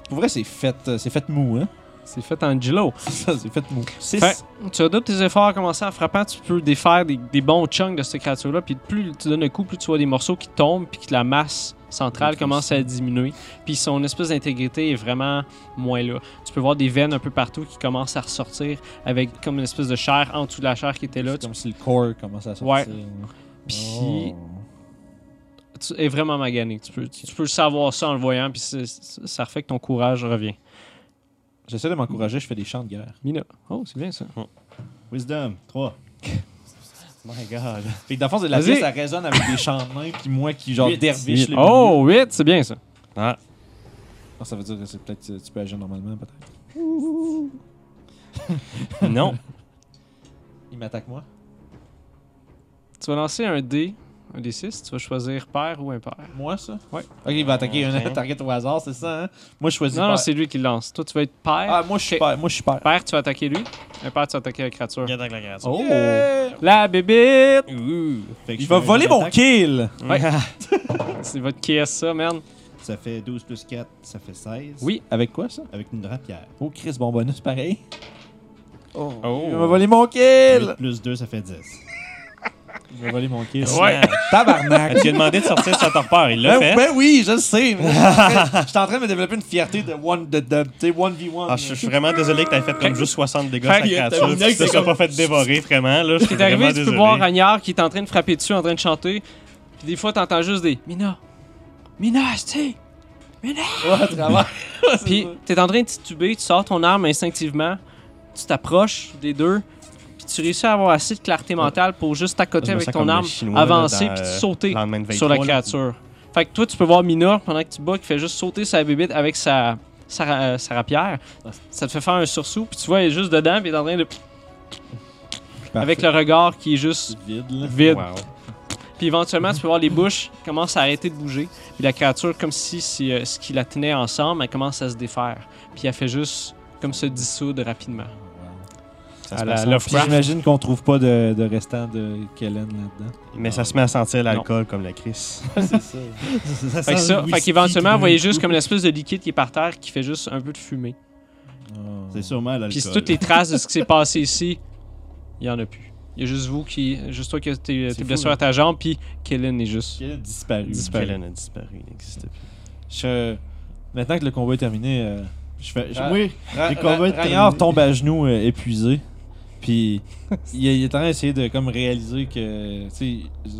Speaker 3: Pour vrai, c'est fait, euh, c'est fait mou, hein. <laughs>
Speaker 2: C'est fait en gelo.
Speaker 3: C'est ça, c'est fait mou. 6.
Speaker 2: Fait- Tu as double tes efforts en commençant en frappant, tu peux défaire des, des bons chunks de cette créature-là, puis plus tu donnes un coup, plus tu vois des morceaux qui tombent, puis que la masse centrale commence à diminuer, puis son espèce d'intégrité est vraiment moins là. Tu peux voir des veines un peu partout qui commencent à ressortir avec comme une espèce de chair en dessous de la chair qui était là.
Speaker 3: C'est
Speaker 2: Tu,
Speaker 3: comme si le corps commençait à sortir. Oh.
Speaker 2: Ouais. puis tu es vraiment magané. Tu peux, tu, tu peux savoir ça en le voyant, puis c'est- c'est- ça refait que ton courage revient.
Speaker 3: J'essaie de m'encourager, je fais des chants de guerre.
Speaker 2: Mina. Oh, c'est bien ça.
Speaker 5: Wisdom, 3. My god.
Speaker 3: Fait que dans le fond, c'est de la
Speaker 2: Vas-y.
Speaker 3: pièce, ça résonne avec des chants de main, puis moi qui, genre,
Speaker 5: Huit.
Speaker 3: derviche le milieu.
Speaker 2: Oh, 8, c'est bien ça.
Speaker 6: Ah,
Speaker 3: Ah, ça veut dire que c'est peut-être euh, tu peux agir normalement, peut-être.
Speaker 2: <laughs>
Speaker 6: non.
Speaker 3: Il m'attaque, moi.
Speaker 2: Tu vas lancer un dé, un dé 6, tu vas choisir pair ou impair.
Speaker 3: Moi, ça
Speaker 2: Ouais.
Speaker 3: Ok, il va attaquer
Speaker 6: Ok.
Speaker 3: un target au hasard, c'est ça, hein Moi, je choisis
Speaker 2: Non, non,
Speaker 3: pair.
Speaker 2: c'est lui qui lance. Toi, tu vas être pair.
Speaker 3: Ah, moi, je suis
Speaker 2: Ok.
Speaker 3: pair. Moi, je suis pair.
Speaker 2: Pair, tu vas attaquer lui. Un pair, tu vas attaquer la créature.
Speaker 6: Il attaque la créature.
Speaker 2: Oh!
Speaker 3: Yeah!
Speaker 2: La bébite!
Speaker 5: Fait
Speaker 3: Il
Speaker 5: que je
Speaker 3: va
Speaker 5: fais
Speaker 3: voler
Speaker 5: une
Speaker 3: mon
Speaker 5: attaque.
Speaker 3: kill
Speaker 6: Mm. <laughs>
Speaker 2: C'est votre KS, ça, man.
Speaker 5: Ça fait 12 plus 4, ça fait 16.
Speaker 2: Oui.
Speaker 3: Avec quoi, ça
Speaker 5: Avec une rapière.
Speaker 3: Oh, Chris, bon bonus, pareil. Oh.
Speaker 6: Oh.
Speaker 3: Il m'a volé mon kill
Speaker 5: 8 plus 2, ça fait 10.
Speaker 3: Il m'a volé mon kill.
Speaker 6: Ouais.
Speaker 3: Tabarnak
Speaker 6: <laughs> Elle lui a demandé de sortir de sa torpeur. Il
Speaker 3: ben,
Speaker 6: l'a fait.
Speaker 3: ben oui, je le sais. mais Je suis en train de me développer une fierté de 1v1. De, de, tu sais, 1v1.
Speaker 6: Ah, je je suis vraiment désolé que t'aies fait comme juste 60 dégâts à
Speaker 2: Fait
Speaker 6: la
Speaker 2: que
Speaker 6: créature.
Speaker 5: terminé
Speaker 6: puis Tu
Speaker 5: avec
Speaker 6: t'es
Speaker 5: ça.
Speaker 6: pas fait dévorer, vraiment. Là, je suis
Speaker 2: T'es arrivé,
Speaker 6: vraiment
Speaker 2: tu peux
Speaker 6: désolé.
Speaker 2: voir Ragnard qui est en train de frapper dessus, en train de chanter. Puis des fois, t'entends juste des Mina! Mina,
Speaker 6: <laughs>
Speaker 2: tu
Speaker 3: Ouais, à travers.
Speaker 6: Ah,
Speaker 2: Puis t'es en train de tituber, tu sors ton arme instinctivement, tu t'approches des deux, puis tu réussis à avoir assez de clarté mentale pour juste
Speaker 6: Je
Speaker 2: t'accoter
Speaker 6: me
Speaker 2: avec
Speaker 6: sens
Speaker 2: ton
Speaker 6: comme les
Speaker 2: arme,
Speaker 6: Chinois, là,
Speaker 2: avancer,
Speaker 6: dans,
Speaker 2: puis
Speaker 6: euh,
Speaker 2: sauter.
Speaker 6: Lendemain de
Speaker 2: sur la
Speaker 6: 23, là.
Speaker 2: créature. Fait que toi, tu peux voir Mina pendant que tu bats qui fait juste sauter sa bébite avec sa, Sarah, euh, Sarah Pierre, ça te fait faire un sursaut, puis tu vois, elle est juste dedans, puis elle est en train de. Avec le regard qui est juste
Speaker 3: vide, là.
Speaker 2: vide.
Speaker 6: Wow.
Speaker 2: Puis éventuellement, tu peux voir les bouches qui commencent à arrêter de bouger. Puis la créature, comme si c'est, euh, ce qui la tenait ensemble, elle commence à se défaire. Puis elle fait juste comme se dissoudre rapidement.
Speaker 6: Ça
Speaker 2: À la
Speaker 6: se met à
Speaker 3: Puis
Speaker 2: Lovecraft.
Speaker 3: j'imagine qu'on trouve pas de, de restant de Kellen là-dedans.
Speaker 6: sentir- Mais ça se met à sentir l'alcool comme la crise.
Speaker 5: ça
Speaker 2: Fait que
Speaker 5: sent
Speaker 2: ça,
Speaker 5: le
Speaker 2: fait
Speaker 5: whisky
Speaker 2: qu'éventuellement,
Speaker 5: tout
Speaker 2: vous voyez
Speaker 5: d'un
Speaker 2: juste
Speaker 5: coup.
Speaker 2: comme une espèce de liquide qui est par terre qui fait juste un peu de fumée.
Speaker 3: Oh.
Speaker 5: C'est sûrement l'alcool.
Speaker 2: Puis c'est toutes les traces de ce qui s'est passé ici, il y en a plus. Il y a juste vous qui. Juste toi qui as tes, tes
Speaker 5: fou,
Speaker 2: blessures
Speaker 5: hein.
Speaker 2: à ta jambe, puis Kellen est juste.
Speaker 5: Kellen disparu.
Speaker 2: Disparu.
Speaker 6: Kellen a disparu, il n'existe plus.
Speaker 3: Je- Maintenant que le combat est terminé, euh, je fais. je-
Speaker 5: Ah, Oui, les combats
Speaker 3: Ra- Ra- Ragnar tombe à genoux euh, épuisé. Puis il, est- il est en train d'essayer de comme réaliser que tu sais,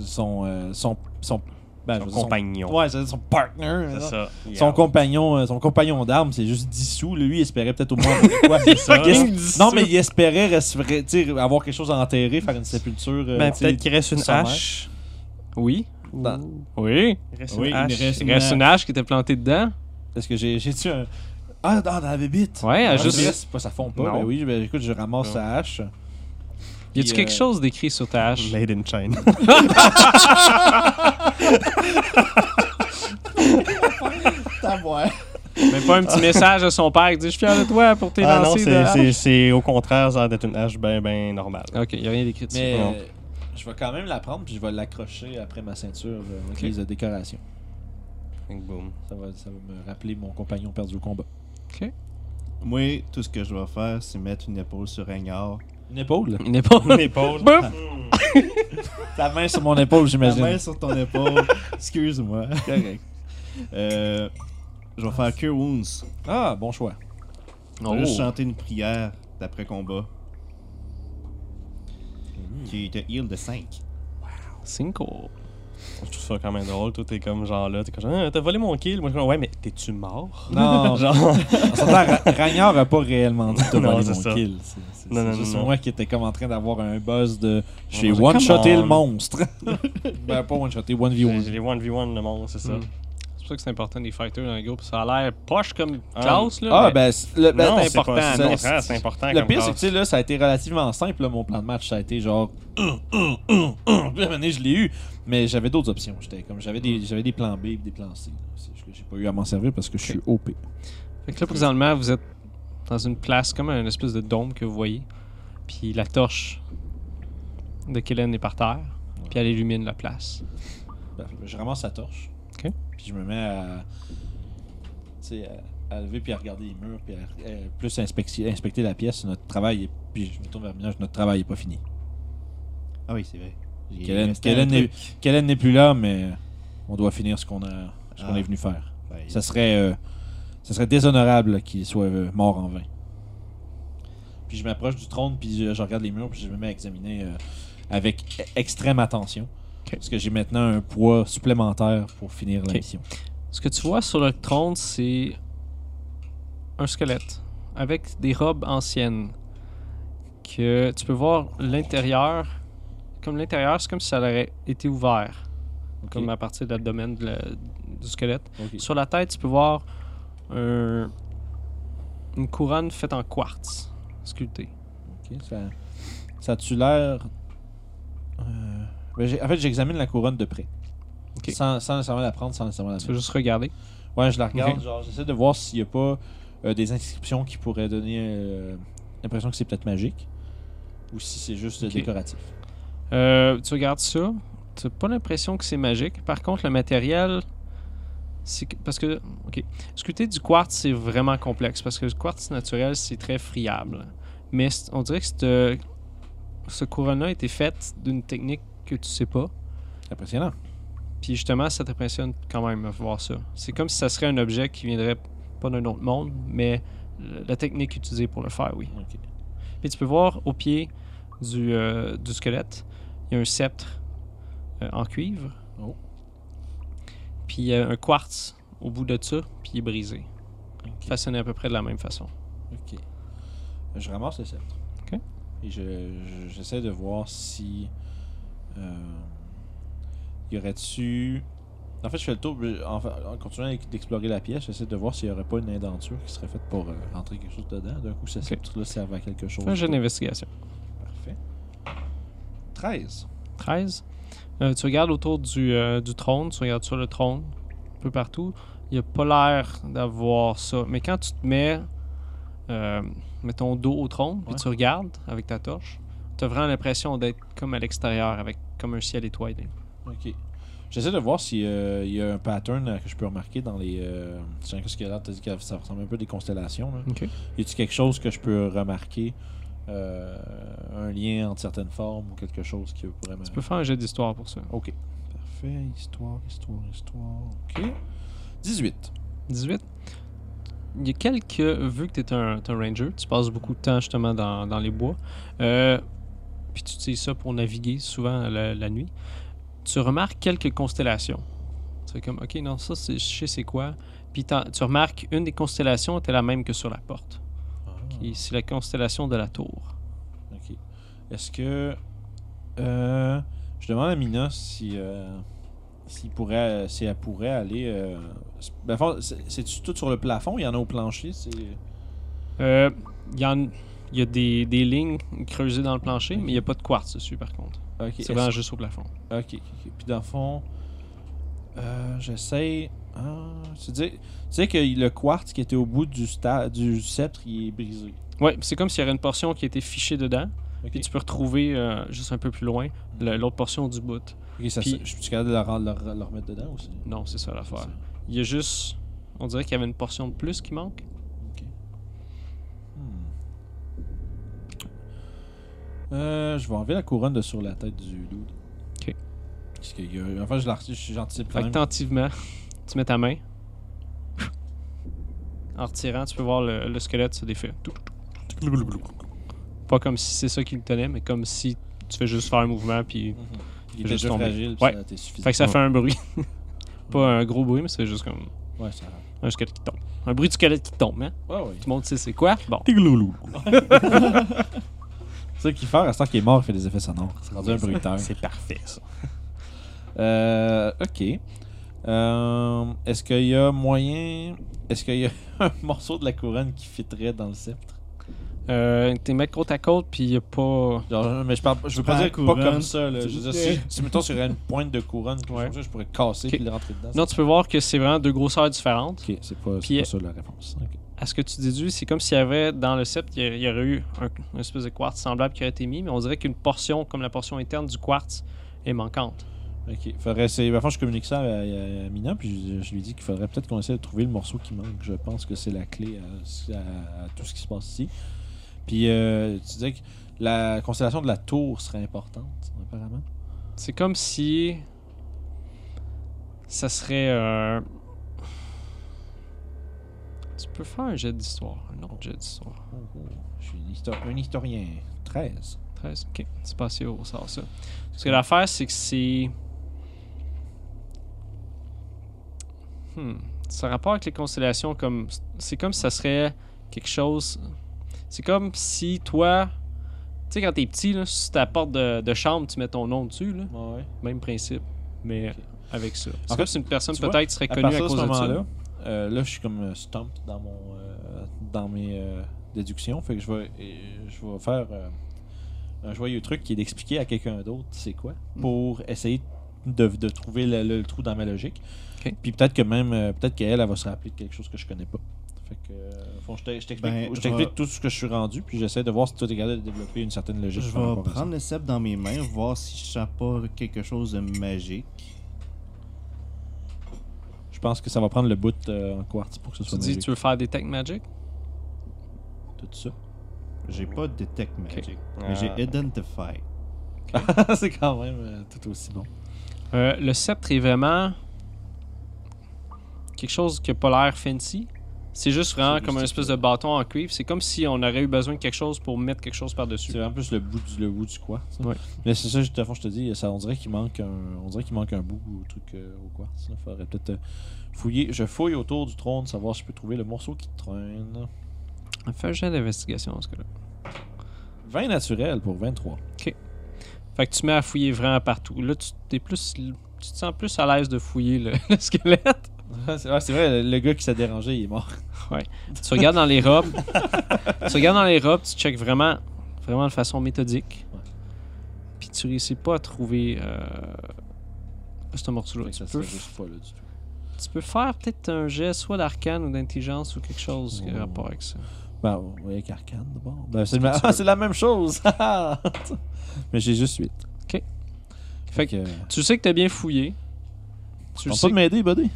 Speaker 3: son, euh, son son ben, je
Speaker 6: Son
Speaker 3: veux dire,
Speaker 6: compagnon.
Speaker 3: ouais, c'est son partner.
Speaker 6: C'est
Speaker 3: genre.
Speaker 6: ça.
Speaker 3: Son
Speaker 6: Yeah.
Speaker 3: compagnon, euh, son compagnon d'armes, c'est juste dissous. Lui, il espérait peut-être au moins avoir quoi. Il es- Non, mais il espérait res- vrai- tu sais, avoir quelque chose à enterrer, faire une sépulture. euh,
Speaker 6: Ben,
Speaker 3: tu sais,
Speaker 6: peut-être qu'il reste une
Speaker 3: sommaire.
Speaker 6: hache.
Speaker 2: Oui.
Speaker 3: Dans-
Speaker 2: Oui.
Speaker 6: Il reste
Speaker 5: Oui,
Speaker 6: une
Speaker 5: il
Speaker 6: hache.
Speaker 5: reste
Speaker 2: Il reste une hache qui était plantée dedans.
Speaker 3: Parce que j'ai j'ai tué un. Ah, dans, dans la bébite.
Speaker 2: Ouais,
Speaker 3: Ah,
Speaker 2: juste.
Speaker 3: c'est vrai, c'est pas, ça fond pas.
Speaker 6: Non.
Speaker 3: Ben oui, ben, écoute, je ramasse sa hache.
Speaker 2: Y a-tu
Speaker 3: Puis,
Speaker 2: quelque
Speaker 3: euh,
Speaker 2: chose d'écrit sur ta hache?
Speaker 6: Blade in Chain.
Speaker 2: Même pas un petit message à son père qui dit Je suis fier de toi pour tes
Speaker 6: Ah non,
Speaker 2: lancers. de
Speaker 6: c'est-
Speaker 2: hache.
Speaker 6: c'est c'est au contraire, ça a l'air d'être une hache ben, ben normale.
Speaker 2: Ok, y a rien d'écrit dessus.
Speaker 3: Mais
Speaker 6: Non.
Speaker 3: euh, je vais quand même la prendre puis je vais l'accrocher après ma ceinture euh, avec
Speaker 2: Ok.
Speaker 3: les euh, décorations.
Speaker 6: Boom.
Speaker 3: Ça va, ça va me rappeler mon compagnon perdu au combat.
Speaker 5: Moi, tout ce que je vais faire, c'est mettre une épaule sur Ragnar.
Speaker 3: Une épaule
Speaker 2: Il n'est pas.
Speaker 6: Une épaule.
Speaker 2: Boum!
Speaker 3: Ta main sur mon épaule,
Speaker 5: La
Speaker 3: j'imagine.
Speaker 5: main sur ton épaule. Excuse-moi. Correct. Euh, je vais faire Cure Wounds.
Speaker 3: Ah, bon choix.
Speaker 5: Je vais juste chanter une prière d'après-combat. Qui te heal de 5.
Speaker 2: Cinco.
Speaker 6: Je trouve ça quand même drôle. Toi, t'es comme genre là, t'es comme genre, Ah, t'as volé mon kill. Moi, je suis comme, ouais, mais t'es-tu mort? <laughs>
Speaker 3: Non, genre. On s'entend, Ra- Ragnar a pas réellement dit de
Speaker 6: Non,
Speaker 3: voler
Speaker 6: c'est
Speaker 3: mon
Speaker 6: ça.
Speaker 3: kill. C'est- c'est-
Speaker 6: Non, non,
Speaker 3: C'est juste
Speaker 6: non, non.
Speaker 3: moi qui étais comme en train d'avoir un buzz de. Je vais
Speaker 6: On va dire,
Speaker 3: one-shotter
Speaker 6: come
Speaker 3: le
Speaker 6: on.
Speaker 3: monstre.
Speaker 6: <laughs>
Speaker 3: ben, pas one-shotter,
Speaker 6: J'ai
Speaker 3: one-v-one.
Speaker 6: j'ai les 1v1 le monde, c'est ça.
Speaker 2: Mm. C'est pour ça que c'est important des fighters dans le groupe. Ça a l'air poche comme
Speaker 6: Ah.
Speaker 2: classe, là.
Speaker 3: Ah,
Speaker 2: mais-
Speaker 3: ben, c'est- le, ben,
Speaker 6: Non,
Speaker 3: c'est
Speaker 6: c'est
Speaker 3: important.
Speaker 6: pas- c'est
Speaker 3: non,
Speaker 6: au contraire, c'est important
Speaker 3: Le
Speaker 6: comme
Speaker 3: pire, c'est que
Speaker 6: classe.
Speaker 3: tu sais, là, ça a été relativement simple, là, mon plan de match. Ça a été genre. <clears throat> Hum, hum, hum, hum. Puis à un moment donné, je l'ai eu. Mais j'avais d'autres options. J'étais comme J'avais des, j'avais des plans B et des plans C. là. C'est juste que j'ai pas eu à m'en servir parce que je suis OP.
Speaker 2: Fait que là, présentement, vous êtes dans une place comme un espèce de dôme que vous voyez. Puis la torche de Kellen est par terre. Puis elle illumine la place.
Speaker 3: Parfait. Ben, Je ramasse la torche.
Speaker 2: Ok.
Speaker 3: Puis je me mets à. Tu sais, à, à lever puis à regarder les murs puis à, à plus inspecter, inspecter la pièce. Notre travail est. Puis je me tourne vers Minage, notre travail est pas fini.
Speaker 5: Ah oui, c'est vrai. Il
Speaker 3: Kellen-
Speaker 5: restait
Speaker 3: Kellen
Speaker 5: un
Speaker 3: est-
Speaker 5: truc.
Speaker 3: Kellen n'est plus là, mais on doit finir ce qu'on a, ce qu'on
Speaker 5: Ah.
Speaker 3: est venu faire.
Speaker 5: Ben,
Speaker 3: Ça serait, euh, ça serait déshonorable qu'il soit euh, mort en vain. Puis je m'approche du trône, puis je, je regarde les murs, puis je me mets à examiner euh, avec e- extrême attention.
Speaker 2: Ok.
Speaker 3: Parce que j'ai maintenant un poids supplémentaire pour finir la
Speaker 2: Ok.
Speaker 3: mission.
Speaker 2: Ce que tu vois sur le trône, c'est un squelette avec des robes anciennes que tu peux voir l'intérieur. Comme l'intérieur, c'est comme si ça aurait été ouvert, comme à partir de l'abdomen de la- du squelette.
Speaker 3: Ok.
Speaker 2: Sur la tête, tu peux voir un- une couronne faite en quartz sculptée.
Speaker 3: Ok, ça, ça a-tu l'air. Euh, ben, j'ai- en fait, j'examine la couronne de près.
Speaker 2: Ok.
Speaker 3: Sans, sans nécessairement la prendre, sans nécessairement la
Speaker 2: Tu
Speaker 3: mettre.
Speaker 2: veux juste regarder.
Speaker 3: Ouais, je la regarde,
Speaker 2: Ok.
Speaker 3: genre, j'essaie de voir s'il n'y a pas euh, des inscriptions qui pourraient donner euh, l'impression que c'est peut-être magique ou si c'est juste euh,
Speaker 2: Ok.
Speaker 3: décoratif.
Speaker 2: Euh, tu regardes ça, tu n'as pas l'impression que c'est magique. Par contre, le matériel, c'est que- parce que, ok, sculpter du quartz, c'est vraiment complexe parce que le quartz naturel, c'est très friable. Mais c'est- on dirait que cette- ce couronne-là a été fait d'une technique que tu sais pas.
Speaker 3: C'est impressionnant.
Speaker 2: Puis justement, ça t'impressionne quand même de voir ça. C'est comme si ça serait un objet qui viendrait pas d'un autre monde, mais le- la technique utilisée pour le faire, oui.
Speaker 3: Ok.
Speaker 2: Puis tu peux voir au pied du, euh, du squelette, il y a un sceptre euh, en cuivre.
Speaker 3: Oh.
Speaker 2: Puis il y a un quartz au bout de ça, puis il est brisé. Façonné à peu près de la même façon.
Speaker 3: Ok. Je ramasse le sceptre.
Speaker 2: Ok.
Speaker 3: Et je- je- j'essaie de voir si. euh, y aurait-tu En fait, je fais le tour, puis en, fa- en continuant avec- d'explorer la pièce, j'essaie de voir s'il n'y aurait pas une indenture qui serait faite pour euh, rentrer quelque chose dedans. D'un coup, ça
Speaker 2: Ok.
Speaker 3: ce truc-là servait à quelque chose.
Speaker 2: Fais un jeu d'investigation.
Speaker 3: Parfait. 13.
Speaker 2: 13. Euh, tu regardes autour du, euh, du trône, tu regardes sur le trône, un peu partout. Il n'y a pas l'air d'avoir ça. Mais quand tu te mets, euh, mets ton dos au trône, puis
Speaker 3: Ouais.
Speaker 2: tu regardes avec ta torche, tu as vraiment l'impression d'être comme à l'extérieur, avec comme un ciel étoilé.
Speaker 3: Ok. J'essaie de voir s'il y a un pattern euh, que je peux remarquer dans les. Euh, je sais pas ce qu'il y a là, t'as dit que ça ressemble un peu à des constellations. Là.
Speaker 2: Ok.
Speaker 3: Y a-t-il quelque chose que je peux remarquer euh, Un lien entre certaines formes ou quelque chose qui pourrait me.
Speaker 2: Tu peux faire un jeu d'histoire pour ça.
Speaker 3: Ok. Parfait. Histoire, histoire, histoire. Ok. 18.
Speaker 2: 18. Il y a quelques. Vu que tu es un, t'es un ranger, tu passes beaucoup de temps justement dans, dans les bois. euh, puis tu utilises ça pour naviguer souvent la, la nuit. Tu remarques quelques constellations. Tu fais comme, ok, non, ça, c'est- je sais c'est quoi. Puis t'en- tu remarques une des constellations était la même que sur la porte.
Speaker 3: Ah.
Speaker 2: Et C'est la constellation de la tour.
Speaker 3: Ok. Est-ce que. euh, je demande à Mina si. euh, s'il pourrait, si elle pourrait aller. euh, s- ben, fond, c'est- C'est-tu tout sur le plafond Il y en a au plancher c'est-
Speaker 2: Euh, Il y, en- il y a des, des lignes creusées dans le plancher, mais il n'y a pas de quartz dessus par contre.
Speaker 3: Ok. est-ce-
Speaker 2: C'est vraiment juste au plafond.
Speaker 3: ok, ok, ok. Puis dans le fond. euh, J'essaie. Ah, tu dis, tu sais que le quartz qui était au bout du, sta- du sceptre, il est brisé.
Speaker 2: Ouais, c'est comme s'il y avait une portion qui a été fichée dedans.
Speaker 3: Ok.
Speaker 2: Puis tu peux retrouver euh, juste un peu plus loin le- l'autre portion du bout.
Speaker 3: Ok, ça,
Speaker 2: puis-
Speaker 3: je suis capable de le, rendre- le- le remettre dedans aussi.
Speaker 2: Non, c'est ça
Speaker 3: C'est
Speaker 2: l'affaire.
Speaker 3: ça.
Speaker 2: Il y a juste. On dirait qu'il y avait une portion de plus qui manque.
Speaker 3: Ok. Hmm. Euh, je vais enlever la couronne de sur la tête du dude.
Speaker 2: Ok.
Speaker 3: Parce que, y a- enfin, je la je suis gentil quand
Speaker 2: Fait que
Speaker 3: même.
Speaker 2: tentativement, <laughs> tu mets ta main. En retirant, tu peux voir le, le squelette se défait. Pas comme si c'est ça qui le tenait, mais comme si tu fais juste faire un mouvement. Puis... est
Speaker 3: Il était
Speaker 2: juste
Speaker 3: déjà
Speaker 2: tombé.
Speaker 3: fragile,
Speaker 2: Ouais.
Speaker 3: ça a été suffisant.
Speaker 2: Fait que ça fait un bruit. <laughs> Pas un gros bruit, mais c'est juste comme
Speaker 3: Ouais, ça...
Speaker 2: un squelette qui tombe. Un bruit de squelette qui tombe, hein?
Speaker 3: ouais, ouais.
Speaker 2: Tout le monde sait c'est quoi? Bon.
Speaker 3: C'est ça qu'il fait, à ce temps qu'il est mort, il fait des effets sonores. C'est rendu un bruiteur.
Speaker 6: C'est parfait, ça.
Speaker 3: <laughs> Euh, ok. Euh, Est-ce qu'il y a moyen... Est-ce qu'il y a <laughs> un morceau de la couronne qui fitterait dans le sceptre?
Speaker 2: Euh, T'es mettre côte à côte, puis il n'y a pas.
Speaker 3: Genre, mais je parle, je veux pas
Speaker 5: Pas
Speaker 3: dire
Speaker 5: couronne.
Speaker 3: pas comme ça. Là. Je
Speaker 5: S'il
Speaker 3: veux
Speaker 5: vous
Speaker 3: dire, si,
Speaker 5: plaît.
Speaker 3: si mettons sur une pointe de couronne, quelque chose
Speaker 2: Ouais.
Speaker 3: comme ça, je pourrais casser
Speaker 2: Ok.
Speaker 3: puis le rentrer dedans.
Speaker 2: Non, tu peux voir que c'est vraiment deux grosseurs différentes.
Speaker 3: Ok, c'est pas,
Speaker 2: Puis,
Speaker 3: c'est
Speaker 2: euh,
Speaker 3: pas ça la réponse. Ok.
Speaker 2: À ce que tu déduis, c'est comme s'il y avait dans le sceptre, il y a- il y aurait eu un, une espèce de quartz semblable qui aurait été mis, mais on dirait qu'une portion, comme la portion interne du quartz, est manquante.
Speaker 3: Ok, faudrait essayer. ben, Enfin, je communique ça à, à- à Mina, puis je, je lui dis qu'il faudrait peut-être qu'on essaie de trouver le morceau qui manque. Je pense que c'est la clé à, à- à tout ce qui se passe ici. Puis euh, tu disais que la constellation de la tour serait importante, apparemment.
Speaker 2: C'est comme si. Ça serait. euh, Tu peux faire un jet d'histoire, un autre jet d'histoire.
Speaker 3: Oh, oh, Je suis une histo- un historien. 13.
Speaker 2: 13, ok. C'est passé au sort, ça. Parce que l'affaire, c'est que c'est. Hmm. Ça a rapport avec les constellations, comme. C'est comme si ça serait quelque chose. C'est comme si toi. Tu sais, quand t'es petit, là, sur ta porte de, de chambre, tu mets ton nom dessus, là.
Speaker 3: ouais.
Speaker 2: Même principe, mais
Speaker 3: Ok.
Speaker 2: avec ça.
Speaker 3: En
Speaker 2: En
Speaker 3: fait,
Speaker 2: fait, c'est une personne
Speaker 3: tu vois,
Speaker 2: peut-être qui serait
Speaker 3: à
Speaker 2: connue à,
Speaker 3: partir de
Speaker 2: cause
Speaker 3: ce
Speaker 2: de ça.
Speaker 3: moment-là, euh, là, je suis comme euh, stumped dans mon euh, dans mes euh, déductions. Fait que je vais et je vais faire euh, un joyeux truc qui est d'expliquer à quelqu'un d'autre c'est quoi
Speaker 2: Mm.
Speaker 3: pour essayer de, de trouver le, le trou dans ma logique.
Speaker 2: Ok.
Speaker 3: Puis peut-être que même euh, peut-être qu'elle elle va se rappeler de quelque chose que je connais pas. Fait que euh, fond, je t'ai- je t'explique
Speaker 5: Ben,
Speaker 3: je
Speaker 5: je
Speaker 3: t'explique
Speaker 5: vais-
Speaker 3: tout ce que je suis rendu puis j'essaie de voir si tu es capable de développer une certaine
Speaker 5: Je
Speaker 3: logique. par
Speaker 5: vais
Speaker 3: rapport à ça.
Speaker 5: prendre le sceptre dans mes mains, voir si je sens pas quelque chose de magique.
Speaker 3: Je pense que ça va prendre le bout euh, en quartz pour que ce
Speaker 2: Tu
Speaker 3: soit
Speaker 2: dis,
Speaker 3: magique.
Speaker 2: tu veux faire des tech magic?
Speaker 3: Tout ça.
Speaker 5: J'ai pas de tech magic,
Speaker 6: Ah.
Speaker 5: mais j'ai identify.
Speaker 3: <laughs> C'est quand même euh, tout aussi bon.
Speaker 2: Euh, le sceptre est vraiment quelque chose qui n'a pas l'air fancy. C'est juste vraiment
Speaker 3: C'est
Speaker 2: comme un
Speaker 3: juste
Speaker 2: espèce de bâton en cuivre. C'est comme si on aurait eu besoin de quelque chose pour mettre quelque chose
Speaker 3: C'est
Speaker 2: par-dessus.
Speaker 3: vraiment plus le bout du, le bout du quoi. ça.
Speaker 2: Ouais.
Speaker 3: Mais c'est ça, je- à fond, je te dis, ça, on dirait qu'il manque un, on dirait qu'il manque un bout au truc euh, au quoi. Ça faudrait peut-être euh, fouiller. Je fouille autour du trône, savoir si je peux trouver le morceau qui traîne.
Speaker 2: Fais un jet d'investigation, en ce cas-là.
Speaker 3: 20 <laughs> naturel pour 23.
Speaker 2: Fait que tu mets à fouiller vraiment partout. Là, tu es plus l- tu te sens plus à l'aise de fouiller le, <laughs> le squelette.
Speaker 3: Ah, c'est ah, c'est vrai, le, le gars qui s'est dérangé, il est mort.
Speaker 2: Tu regardes dans les robes.
Speaker 3: <laughs>
Speaker 2: tu regardes dans les robes, tu checkes vraiment, vraiment de façon méthodique. Puis tu réussis pas à trouver euh, ce morceau-là.
Speaker 3: Fait que
Speaker 2: Tu,
Speaker 3: ça se
Speaker 2: peux
Speaker 3: fait juste pas, là, du tout.
Speaker 2: tu peux faire peut-être un geste, soit d'arcane ou d'intelligence ou quelque chose qui a
Speaker 3: Oh.
Speaker 2: rapport avec ça.
Speaker 3: Ben, ouais, avec Arcane, d'abord. Ben, <laughs> c'est, ah, c'est la même chose! <laughs> Mais j'ai juste 8.
Speaker 2: Ok.
Speaker 3: Fait que.
Speaker 2: Tu sais que t'as bien fouillé. Tu le
Speaker 3: T'as
Speaker 2: sais
Speaker 3: pas de m'aider, buddy?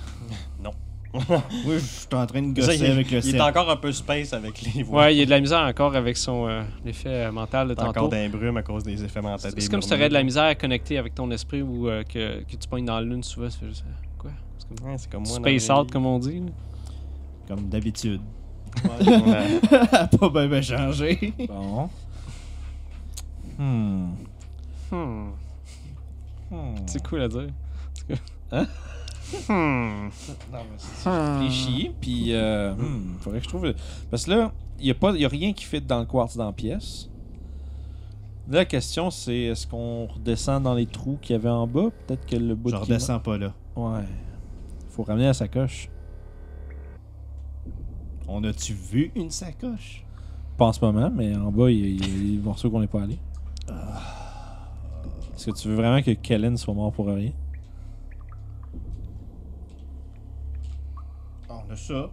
Speaker 5: Oui, je suis en train de
Speaker 6: Ça,
Speaker 5: gosser
Speaker 6: il,
Speaker 5: avec le
Speaker 6: il est
Speaker 5: sept.
Speaker 6: encore un peu space avec les voix.
Speaker 2: Ouais, il y a de la misère encore avec son euh, effet euh, mental de
Speaker 6: T'as encore
Speaker 2: tantôt.
Speaker 6: d'un brume à cause des effets mentaux.
Speaker 2: C'est c'est comme si tu de la misère à connecter avec ton esprit ou euh, que, que tu pognes dans la lune souvent. ça fait juste, euh, Quoi C'est comme-
Speaker 6: Ouais, c'est comme moi.
Speaker 2: Space
Speaker 6: dans
Speaker 2: out, comme on dit. là.
Speaker 5: Comme d'habitude. <laughs>
Speaker 6: les- <laughs> Ouais.
Speaker 5: pas bien ben changé.
Speaker 3: Bon. Hmm.
Speaker 2: Hmm,
Speaker 3: Hmm.
Speaker 2: C'est cool à dire. Hmm.
Speaker 3: réfléchi, puis euh, hmm, faudrait que je trouve. Parce que là, il n'y a, pas- y a rien qui fit dans le quartz dans la pièce. Là, la question, c'est est-ce qu'on redescend dans les trous qu'il y avait en bas Peut-être que le bout
Speaker 5: Je
Speaker 3: qui
Speaker 5: redescends pas là.
Speaker 3: manque- Ouais. Faut ramener la sacoche.
Speaker 5: On a-tu vu une sacoche?
Speaker 3: Pas en ce moment, mais en bas, il y a- il y, a
Speaker 5: <laughs>
Speaker 3: des morceaux qu'on n'est pas allé. Est-ce que tu veux vraiment que Kellen soit mort pour rien
Speaker 5: On a ça.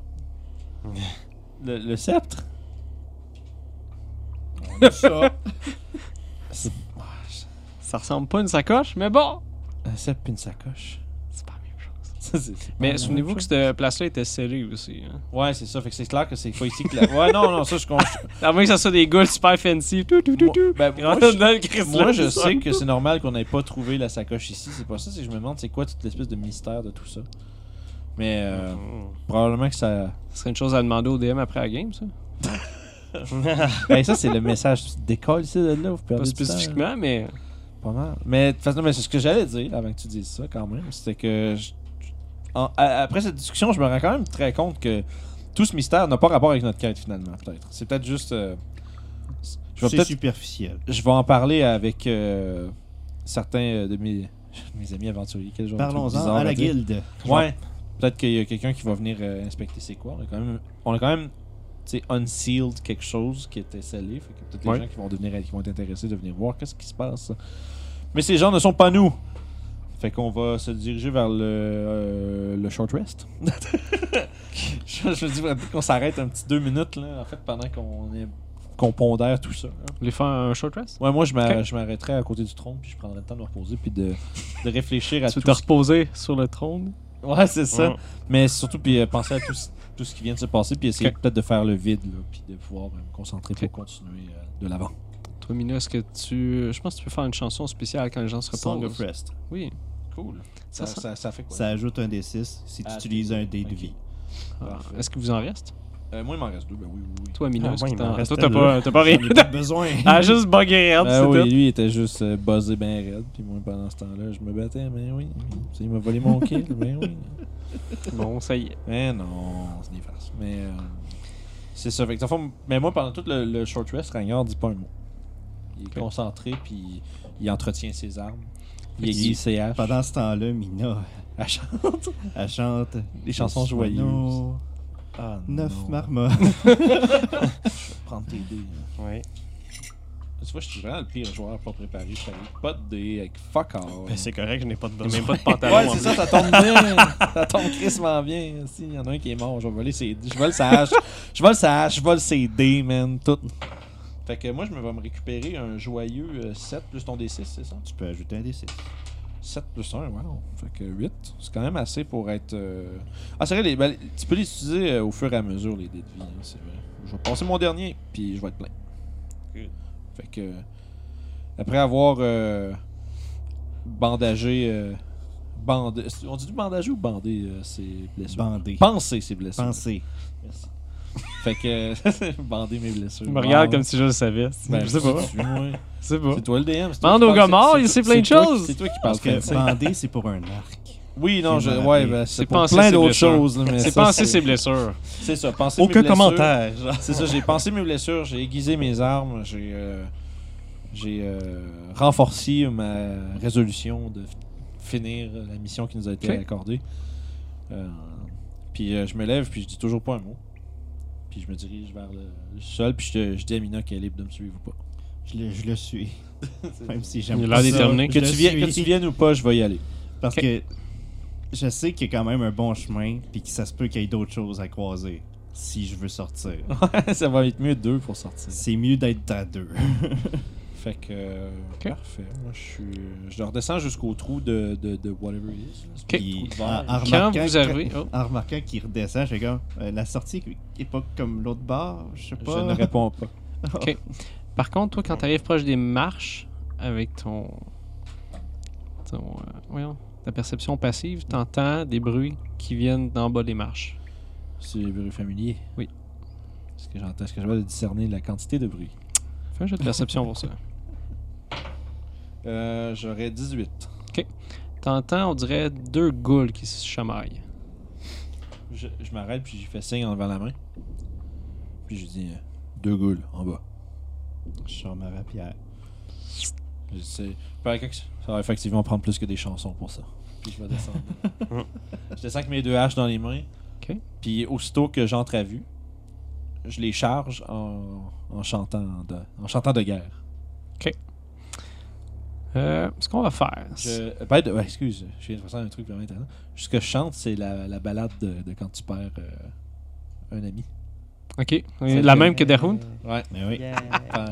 Speaker 3: Le, le sceptre
Speaker 5: On a ça.
Speaker 2: Ça ressemble pas à une sacoche, mais bon!
Speaker 3: Un sceptre puis une sacoche. <laughs>
Speaker 2: C'est pas la même chose.
Speaker 3: Ça, c'est- c'est pas la
Speaker 2: Mais
Speaker 3: même
Speaker 2: souvenez-vous que
Speaker 3: chose.
Speaker 2: cette place-là était scellée aussi. Hein.
Speaker 3: Ouais, c'est ça. Fait que c'est clair que c'est pas ici <laughs> que la. Ouais, non, non, ça, je comprends.
Speaker 2: À moins que ça soit des gouttes super fancy. Tout, tout, tout,
Speaker 3: Moi-
Speaker 2: tout.
Speaker 3: ben,
Speaker 2: Ils
Speaker 3: moi,
Speaker 2: rentrent
Speaker 3: je-
Speaker 2: dans le <laughs> Christ,
Speaker 3: Moi,
Speaker 2: là,
Speaker 3: je
Speaker 2: ça.
Speaker 3: sais que c'est normal qu'on n'ait pas trouvé la sacoche ici. C'est pas ça, c'est que je me demande c'est quoi toute l'espèce de mystère de tout ça. Mais euh,
Speaker 6: Hmm,
Speaker 3: probablement que ça.
Speaker 2: Ce serait une chose à demander au DM après la game, ça.
Speaker 3: Ben, ça, c'est le message. Décolle ici de là, vous perdez
Speaker 2: Pas
Speaker 3: du temps. euh,
Speaker 2: spécifiquement, mais.
Speaker 3: Pas mal. Mais de toute façon, mais c'est ce que j'allais dire avant que tu dises ça, quand même. C'était que. je- en- a- après cette discussion, je me rends quand même très compte que tout ce mystère n'a pas rapport avec notre quête, finalement, peut-être. C'est peut-être juste. euh, <laughs> je vais
Speaker 5: C'est
Speaker 3: peut-être
Speaker 5: superficiel.
Speaker 3: Je vais en parler avec euh, certains euh, de mes, <laughs> mes amis aventuriers. Quel genre de truc
Speaker 5: Parlons-en
Speaker 3: bizarre
Speaker 5: à la
Speaker 3: dire.
Speaker 5: guilde.
Speaker 3: Ouais. Peut-être qu'il y a quelqu'un qui va venir euh, inspecter c'est quoi. On a quand même, on a quand même tu sais, unsealed quelque chose qui était scellé. Fait qu'il y a peut-être des
Speaker 2: Ouais.
Speaker 3: gens qui vont, devenir, qui vont être intéressés de venir voir qu'est-ce qui se passe. Mais ces gens ne sont pas nous. Fait qu'on va se diriger vers le, euh, le
Speaker 2: <laughs>
Speaker 3: short rest. je, je me dis peut-être qu'on s'arrête un petit deux minutes là, en fait, pendant qu'on est qu'on pondère tout ça. là.
Speaker 2: Les faire un short rest?
Speaker 3: Ouais, moi, je m'a-
Speaker 2: Ok.
Speaker 3: je m'arrêterais à côté du trône, puis je prendrais le temps de me reposer, puis de, de réfléchir à
Speaker 2: <laughs> Tu veux
Speaker 3: tout.
Speaker 2: te
Speaker 3: ce-
Speaker 2: reposer sur le trône?
Speaker 3: Ouais, c'est ça.
Speaker 6: Ouais.
Speaker 3: Mais surtout, puis euh, penser à tout, ce- tout ce qui vient de se passer, puis essayer
Speaker 2: Ok.
Speaker 3: peut-être de faire le vide, là, puis de pouvoir euh, me concentrer
Speaker 2: Ok.
Speaker 3: pour continuer euh, de l'avant.
Speaker 2: Toi, Mina, est-ce que tu. Je pense que tu peux faire une chanson spéciale quand les gens se
Speaker 5: Song
Speaker 2: reposent.
Speaker 5: of Rest.
Speaker 2: Oui.
Speaker 3: Cool.
Speaker 2: Ça, ça-
Speaker 3: fait quoi
Speaker 5: Ça ajoute un D6 si tu
Speaker 3: Ah,
Speaker 5: utilises un dé de
Speaker 3: ok.
Speaker 5: vie.
Speaker 2: Ah,
Speaker 3: parfait.
Speaker 2: Est-ce qu'il vous en reste
Speaker 3: Euh, moi, il m'en reste deux, ben oui, oui. oui.
Speaker 2: Toi, Mina,
Speaker 6: Ah,
Speaker 2: est-ce
Speaker 6: moi,
Speaker 2: qu'il
Speaker 6: il
Speaker 2: t'en
Speaker 6: m'en
Speaker 2: reste
Speaker 6: restait
Speaker 2: Toi, t'as pas, t'as pas
Speaker 3: <laughs>
Speaker 2: rien.
Speaker 5: J'en ai pas besoin.
Speaker 2: Ah, juste bugué raide,
Speaker 3: Ah
Speaker 2: c'est
Speaker 3: Ben oui,
Speaker 2: tout.
Speaker 3: lui il était juste euh, buzzé ben raide, puis moi pendant ce temps-là, je me battais, mais oui, Tu sais, il m'a volé mon kill, mais <laughs> oui.
Speaker 2: Bon, ça y est.
Speaker 3: Mais non, c'est des farces. Mais euh, c'est ça. Fait que, dans le fond, mais moi, pendant tout le, le short rest, Ragnar dit pas un mot. Il est
Speaker 2: Ok.
Speaker 3: concentré, puis il entretient ses armes. Il
Speaker 5: Fait qu'il-
Speaker 3: aiguise ses haches.
Speaker 5: Pendant ce temps-là, Mina, <laughs>
Speaker 3: Elle chante
Speaker 5: elle chante.
Speaker 3: des chansons joyeuses.
Speaker 5: Nos
Speaker 3: Ah,
Speaker 5: Neuf
Speaker 3: marques.
Speaker 5: marmottes.
Speaker 3: <laughs> Prendre tes dés. là.
Speaker 6: Ouais.
Speaker 3: Tu vois, je suis vraiment le pire joueur pas préparé. Je t'avais pas de dés avec fuck off.
Speaker 6: Ben, c'est correct, je n'ai pas de
Speaker 2: J'ai
Speaker 6: bonheur.
Speaker 2: même pas de pantalon.
Speaker 3: Ouais,
Speaker 2: en
Speaker 3: c'est
Speaker 2: plus.
Speaker 3: ça, ça tombe bien. <laughs> ça tombe crissement bien. S'il y en a un qui est mort, je vais voler ses Je vole sa hache. Je vole sa hache, je vole ses dés, man. Tout. Fait que moi, je me vais me récupérer un joyeux euh, 7 plus ton D6, c'est ça?
Speaker 5: Tu peux ajouter un D6.
Speaker 3: 7 plus 1, wow. Fait que 8. C'est quand même assez pour être. euh, Ah, c'est vrai, les- ben, les- tu peux les utiliser euh, au fur et à mesure, les dés de vie, hein, c'est vrai. Je vais passer mon dernier, puis je vais être plein.
Speaker 6: Good.
Speaker 3: Fait que. Après avoir euh, bandagé. euh, bandé- On dit du bandagé ou bandé euh, ses blessures
Speaker 5: Bandé.
Speaker 3: Penser ses blessures.
Speaker 5: Pensez.
Speaker 3: Merci. Fait que. <laughs> bander mes blessures.
Speaker 2: Tu me regardes comme si je le savais.
Speaker 3: Ben,
Speaker 2: je sais pas.
Speaker 3: c'est-tu, moi?
Speaker 2: Je sais pas.
Speaker 3: C'est toi le DM. c'est toi
Speaker 2: Bande
Speaker 3: qui
Speaker 2: au
Speaker 3: parles-
Speaker 2: gars mort,
Speaker 3: c'est-
Speaker 2: il sait
Speaker 3: c'est-
Speaker 2: plein de
Speaker 3: c'est toi qui-
Speaker 2: choses.
Speaker 3: C'est toi qui parles
Speaker 5: Parce que
Speaker 3: français. <laughs>
Speaker 5: bandé, c'est pour un arc.
Speaker 3: Oui, non,
Speaker 5: J'ai
Speaker 3: je,
Speaker 5: mal
Speaker 3: ouais,
Speaker 5: appris.
Speaker 3: ben, c'est
Speaker 2: C'est
Speaker 3: pour
Speaker 2: penser
Speaker 3: plein
Speaker 2: ses
Speaker 3: d'autres
Speaker 2: blessures.
Speaker 3: choses. là, mais
Speaker 2: C'est
Speaker 3: ça,
Speaker 2: penser ses blessures.
Speaker 3: C'est ça, penser mes
Speaker 6: Aucun
Speaker 3: blessures.
Speaker 6: commentaire. genre.
Speaker 3: C'est ça, j'ai pensé mes blessures, j'ai aiguisé mes armes, j'ai euh, j'ai euh, renforcé ma résolution de f- finir la mission qui nous a été
Speaker 2: Ok.
Speaker 3: accordée. Euh, puis euh, je me lève, puis je dis toujours pas un mot. Puis je me dirige vers le, le sol, puis je, je dis à Mina qu'elle est libre de me suivre ou pas.
Speaker 5: Je le, je le suis. Même si j'aime
Speaker 2: Il a
Speaker 5: pas
Speaker 2: l'air
Speaker 5: ça,
Speaker 2: déterminé.
Speaker 5: je
Speaker 3: Que
Speaker 5: le
Speaker 3: tu, viennes, que tu
Speaker 5: suis.
Speaker 3: viennes ou pas, je vais y aller. <laughs>
Speaker 5: Parce
Speaker 2: Ok.
Speaker 5: que je sais qu'il y a quand même un bon chemin, puis que ça se peut qu'il y ait d'autres choses à croiser si je veux sortir.
Speaker 2: Ah.
Speaker 3: ça va être mieux deux pour sortir.
Speaker 5: C'est mieux d'être à deux.
Speaker 3: Fait que. euh, Parfait. Moi, je suis. Je redescends jusqu'au trou de, de, de whatever it is. là. ben,
Speaker 5: Puis,
Speaker 3: Trou de
Speaker 5: en,
Speaker 3: verre.
Speaker 5: en
Speaker 2: Quand
Speaker 5: remarquant
Speaker 2: vous
Speaker 5: que-
Speaker 2: arrivez. oh,
Speaker 5: en remarquant qu'il redescend, j'ai comme euh, la sortie est pas comme l'autre bar, je
Speaker 3: <laughs> Je
Speaker 5: sais
Speaker 3: ne
Speaker 5: pas.
Speaker 3: réponds pas.
Speaker 2: Par contre, toi, quand t'arrives proche des marches avec ton. ton euh, voyons, ta perception passive, t'entends des bruits qui viennent d'en bas des marches.
Speaker 3: C'est les bruits familiers.
Speaker 2: Oui.
Speaker 3: Est-ce que j'entends, est-ce que j'arrive de discerner la quantité de bruit
Speaker 2: Fais un jeu de perception pour ça.
Speaker 3: Euh, J'aurais 18.
Speaker 2: T'entends, on dirait, deux goules qui se chamaillent.
Speaker 3: Je, je m'arrête, puis j'y fais signe enlevant la main. Puis je dis euh, deux goules en bas.
Speaker 5: Je sors ma rapière.
Speaker 3: Je dis, c'est- paraît que Ça va effectivement prendre plus que des chansons pour ça. Puis je vais descendre. je descends avec mes deux haches dans les mains.
Speaker 2: Ok.
Speaker 3: Puis aussitôt que j'entre à vue, je les charge en, en chantant, de, en chantant de guerre.
Speaker 2: Euh, ce qu'on va faire. c'est-
Speaker 3: Je, by the- ouais, excuse, je viens de faire un truc vraiment intéressant. Ce que je chante, c'est la, la balade de, de quand tu perds euh, un ami.
Speaker 2: Ok. La même que Derhound.
Speaker 6: Euh,
Speaker 3: Ouais.
Speaker 5: Mais oui.
Speaker 3: Enfin,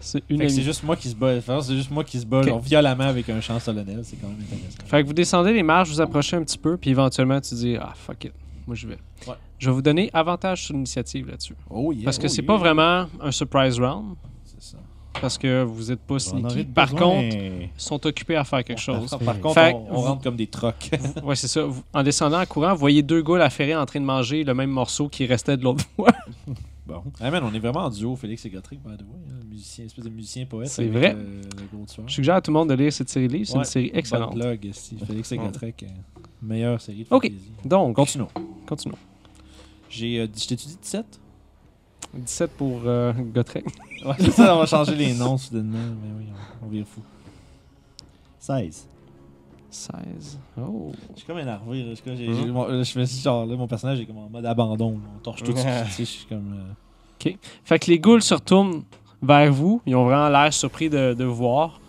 Speaker 2: C'est
Speaker 3: euh, fait
Speaker 2: Ah. une
Speaker 3: Euh, que c'est
Speaker 2: amie.
Speaker 3: juste moi qui se bat. enfin, C'est juste moi qui se bat
Speaker 2: Ok.
Speaker 3: genre, violemment avec un chant solennel. C'est quand même intéressant.
Speaker 2: Fait que vous descendez les marches, vous approchez un petit peu, puis éventuellement tu dis Ah, fuck it, moi je vais.
Speaker 3: Ouais.
Speaker 2: Je vais vous donner avantage sur l'initiative là-dessus.
Speaker 3: Oh yeah,
Speaker 2: Parce que
Speaker 3: oh
Speaker 2: c'est
Speaker 3: yeah.
Speaker 2: pas vraiment un surprise round,
Speaker 3: C'est ça.
Speaker 2: parce que vous êtes pas
Speaker 5: On aurait
Speaker 2: sneaky. Par
Speaker 5: besoin-
Speaker 2: contre, ils sont occupés à faire quelque chose. <laughs>
Speaker 3: Par, par contre,
Speaker 2: Fait
Speaker 3: on,
Speaker 2: que
Speaker 3: on
Speaker 2: vous-
Speaker 3: rentre comme des
Speaker 2: <laughs>
Speaker 3: trocs. <laughs>
Speaker 2: ouais, c'est ça. Vous- En descendant en courant, vous voyez deux gars affairés en train de manger le même morceau qui restait de l'autre <laughs> fois.
Speaker 3: Bon. Hey man, on est vraiment en duo, Félix et Gotrick, by the way. hein, le musicien, espèce de musicien poète.
Speaker 2: C'est
Speaker 3: avec,
Speaker 2: vrai.
Speaker 3: euh, le gros tueur.
Speaker 2: Je suggère à tout le monde de lire cette série-là, c'est
Speaker 3: Ouais,
Speaker 2: une série excellente.
Speaker 3: Bonne plug, si.
Speaker 2: <laughs>
Speaker 3: Félix et Gotrick, euh, meilleure série de
Speaker 2: Ok.
Speaker 3: fantasy.
Speaker 2: Donc,
Speaker 3: Continuons.
Speaker 2: continuons.
Speaker 3: J'ai, euh, dit- je t'ai-tu dit
Speaker 2: <laughs>
Speaker 3: 17
Speaker 2: 17 pour euh, Gotrek.
Speaker 3: Ouais, c'est ça, on va changer les noms <laughs> soudainement. Mais oui, on, on vire fou.
Speaker 5: 16.
Speaker 2: 16. Oh.
Speaker 3: Je suis comme énervé. Là. Je, suis comme- j'ai-
Speaker 6: Mhm.
Speaker 3: j'ai- mon- là, je fais genre, là, mon personnage est comme en mode abandon. là. On torche tout de suite. <laughs> tu sais, Je suis comme. euh,
Speaker 2: Fait que les ghouls se retournent vers vous. Ils ont vraiment l'air surpris de, de vous voir.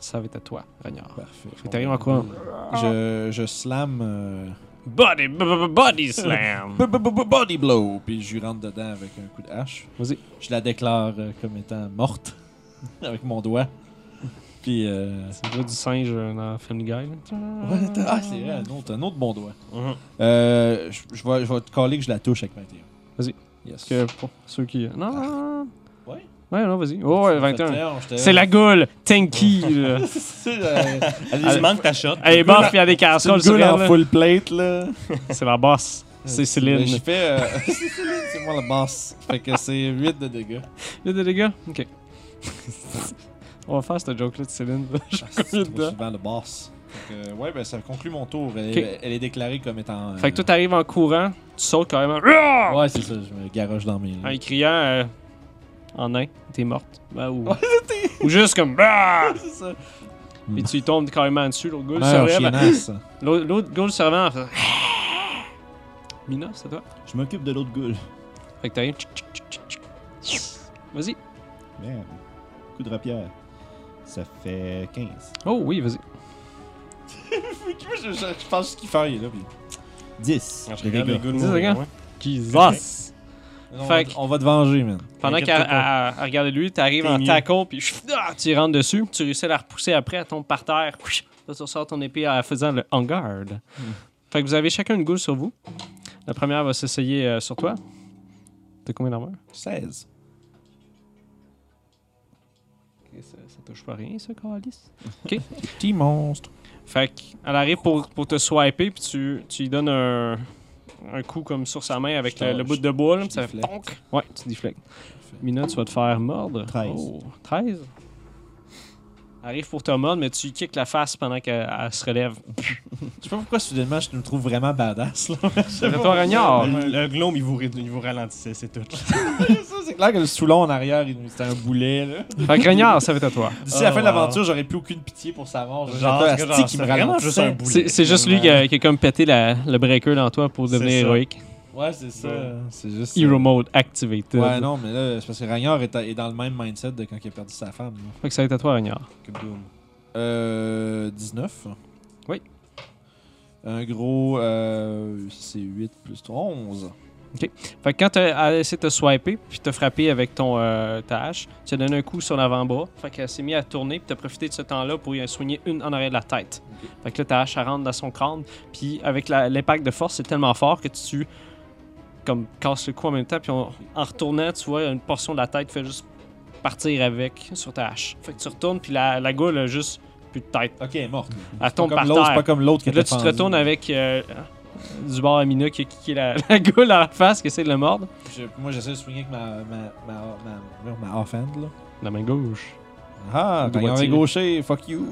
Speaker 2: Ça va être à toi, Ragnard.
Speaker 3: parfait.
Speaker 2: Fait que t'arrives en courant.
Speaker 3: Je, je slam. euh,
Speaker 2: Body, b- b- body
Speaker 3: <laughs>
Speaker 2: slam!
Speaker 3: B- b- b- Body blow! Puis je lui rentre dedans avec un coup de hache.
Speaker 2: Vas-y.
Speaker 3: Je la déclare euh, comme étant morte <laughs> avec mon doigt. Puis. euh,
Speaker 2: C'est le gars du singe euh, dans Family Guy.
Speaker 3: ouais,
Speaker 2: là.
Speaker 3: t'as- ah, c'est vrai, un autre, un autre bon doigt. Euh, je, je vais, je vais te caller que je la touche avec 21.
Speaker 2: Vas-y.
Speaker 3: Yes.
Speaker 2: Que pour ceux qui. Non, non, non.
Speaker 3: Ah. Ouais.
Speaker 2: Ouais, non, vas-y. Oh, ouais, 21. C'est
Speaker 3: la <laughs>
Speaker 2: la goule! Tanky! là.
Speaker 3: euh,
Speaker 6: Allez, manque ta shot.
Speaker 2: Elle est bof, puis elle a des casseroles sur
Speaker 3: gueule
Speaker 2: elle.
Speaker 3: en Euh,
Speaker 2: là.
Speaker 3: full plate, là.
Speaker 2: C'est la boss. C'est
Speaker 3: Mais
Speaker 2: Céline.
Speaker 3: Je fais. euh, <laughs> c'est Céline, c'est moi le boss. Fait que c'est 8 de dégâts.
Speaker 2: Il y a des dégâts? <laughs> Ok. On va faire cette joke-là de Céline. Je suis
Speaker 3: C'est
Speaker 2: connu dedans.
Speaker 3: souvent le boss. Fait que, ouais, ben ça conclut mon tour. Elle,
Speaker 2: Ok.
Speaker 3: elle est déclarée comme étant. euh,
Speaker 2: Fait que toi, t'arrives en courant, tu sautes carrément.
Speaker 3: Ouais, c'est ça, je me garoche dans mes.
Speaker 2: En criant euh, en nain, t'es morte. Ben, ou...
Speaker 3: <laughs>
Speaker 2: ou juste comme. Bah!
Speaker 3: c'est ça.
Speaker 2: Puis tu y tombes carrément dessus, l'autre gars. le
Speaker 3: Mère
Speaker 2: servait, ben,
Speaker 3: chienasse.
Speaker 2: L'autre l'autre gars, le servant, en faisant. Mina, c'est toi?
Speaker 5: Je m'occupe de l'autre goule.
Speaker 2: Fait que t'arrives. tchic, tchic, tchic, tchic, tchic. Vas-y.
Speaker 5: Merde. Coup de rapière. Ça fait 15.
Speaker 2: Oh oui, vas-y.
Speaker 3: je, je, je pense qu'il faille, là. Puis...
Speaker 5: 10.
Speaker 6: Ah, Je regarde les
Speaker 5: dégâts.
Speaker 6: gars.
Speaker 2: Dis, regarde.
Speaker 6: ouais.
Speaker 2: Jesus!
Speaker 3: Non,
Speaker 2: Fait
Speaker 3: on, va,
Speaker 2: que-
Speaker 3: on va te venger, man.
Speaker 2: Pendant qu'elle
Speaker 6: T'inquiète
Speaker 2: elle- elle- elle regardait lui, t'arrives
Speaker 6: T'es
Speaker 2: en
Speaker 6: mieux.
Speaker 2: tackle, puis chou, ah, tu y rentres dessus, tu réussis à la repousser après, elle tombe par terre. Là, tu ressors ton épée en faisant le hangar. Fait que vous avez chacun une goule sur vous. La première va s'essayer euh, sur toi. T'as combien d'armure?
Speaker 3: 16.
Speaker 2: ça, touche pas rien, ça, Calis.
Speaker 3: Petit monstre.
Speaker 2: Fait qu'elle arrive pour, pour te swiper, puis tu, tu lui donnes un, un coup comme sur sa main avec
Speaker 3: Je
Speaker 2: le,
Speaker 3: te-
Speaker 2: le bout de bois, là, puis ça fait
Speaker 3: déflecte.
Speaker 2: tonk. Ouais, tu déflectes. Mina, tu vas te faire mordre.
Speaker 5: 13.
Speaker 2: Oh, 13? Elle Arrive pour te mordre, mais tu lui kicks la face pendant qu'elle elle se relève.
Speaker 3: Je sais pas pourquoi, soudainement, je me trouve vraiment badass, là.
Speaker 2: C'est toi, Ragnard!
Speaker 6: Le, le globe, il vous, ré- il vous ralentissait, c'est tout.
Speaker 3: ça, c'est c'est clair que le Soulon en arrière, il- c'était un boulet. là.
Speaker 2: Fait que Ragnar, ça va être à <laughs> toi.
Speaker 3: D'ici
Speaker 6: Oh,
Speaker 3: la fin de
Speaker 6: wow.
Speaker 3: l'aventure, j'aurais plus aucune pitié pour Savard.
Speaker 6: Genre,
Speaker 3: J'aurais pas
Speaker 6: c'est que
Speaker 3: la
Speaker 6: genre,
Speaker 3: qui
Speaker 6: c'est
Speaker 3: me
Speaker 6: vraiment
Speaker 3: ralentissait.
Speaker 6: juste un boulet.
Speaker 2: C'est c'est juste lui qui a, qui a comme pété la- le breaker dans toi pour
Speaker 6: C'est
Speaker 2: devenir
Speaker 6: ça.
Speaker 2: héroïque.
Speaker 3: Ouais, c'est ça. C'est juste.
Speaker 2: Hero mode activated.
Speaker 3: Ouais, non, mais là, c'est parce que Ragnar est, à- est dans le même mindset de quand il a perdu sa femme. là.
Speaker 2: Fait que ça va être à toi, Ragnar.
Speaker 3: Que boum. Euh. 19.
Speaker 2: Oui.
Speaker 3: Un gros. Euh, c'est 8 plus 3. 11.
Speaker 2: Fait que quand t'as elle a essayé de te swiper puis te frapper avec ton euh, ta hache, tu as donné un coup sur l'avant-bras. Fait qu'elle s'est mise à tourner puis t'as profité de ce temps-là pour y soigner une en arrière de la tête. Fait que là, ta hache, elle rentre dans son crâne. Puis avec la- l'impact de force, c'est tellement fort que tu comme casses le cou en même temps. Puis on- en retournant, tu vois, une portion de la tête fait juste partir avec sur ta hache. Fait que tu retournes puis la, la goule a juste plus de tête.
Speaker 3: Ok, elle est morte.
Speaker 2: Elle
Speaker 3: Pas
Speaker 2: tombe
Speaker 3: comme
Speaker 2: par
Speaker 3: l'autre, c'est
Speaker 2: terre.
Speaker 3: pas comme l'autre qui
Speaker 2: Puis là,
Speaker 3: était
Speaker 2: tu te
Speaker 3: pendu.
Speaker 2: retournes avec euh, du bord Amina qui a kické la, <laughs> la goule à la face, qui essaie de le mordre.
Speaker 3: Je- moi, j'essaie de soigner avec ma. ma. ma. ma. ma, ma offhand, là.
Speaker 2: La main gauche.
Speaker 3: Ah, Ragnar
Speaker 2: Droitier.
Speaker 3: est gaucher,
Speaker 2: <laughs>
Speaker 3: fuck you.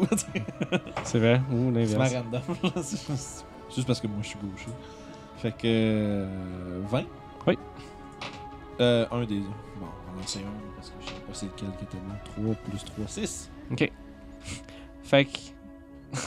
Speaker 2: C'est vrai. Ou
Speaker 3: c'est ma
Speaker 2: l'inverse.
Speaker 3: random. <laughs> C'est juste- juste parce que moi, je suis gaucher. Fait que. euh, 20.
Speaker 2: Oui.
Speaker 3: Euh, un des. Bon, on en sait un parce que je sais pas c'est lequel qui était là. 3 plus 3, 6.
Speaker 2: Fait que. <laughs>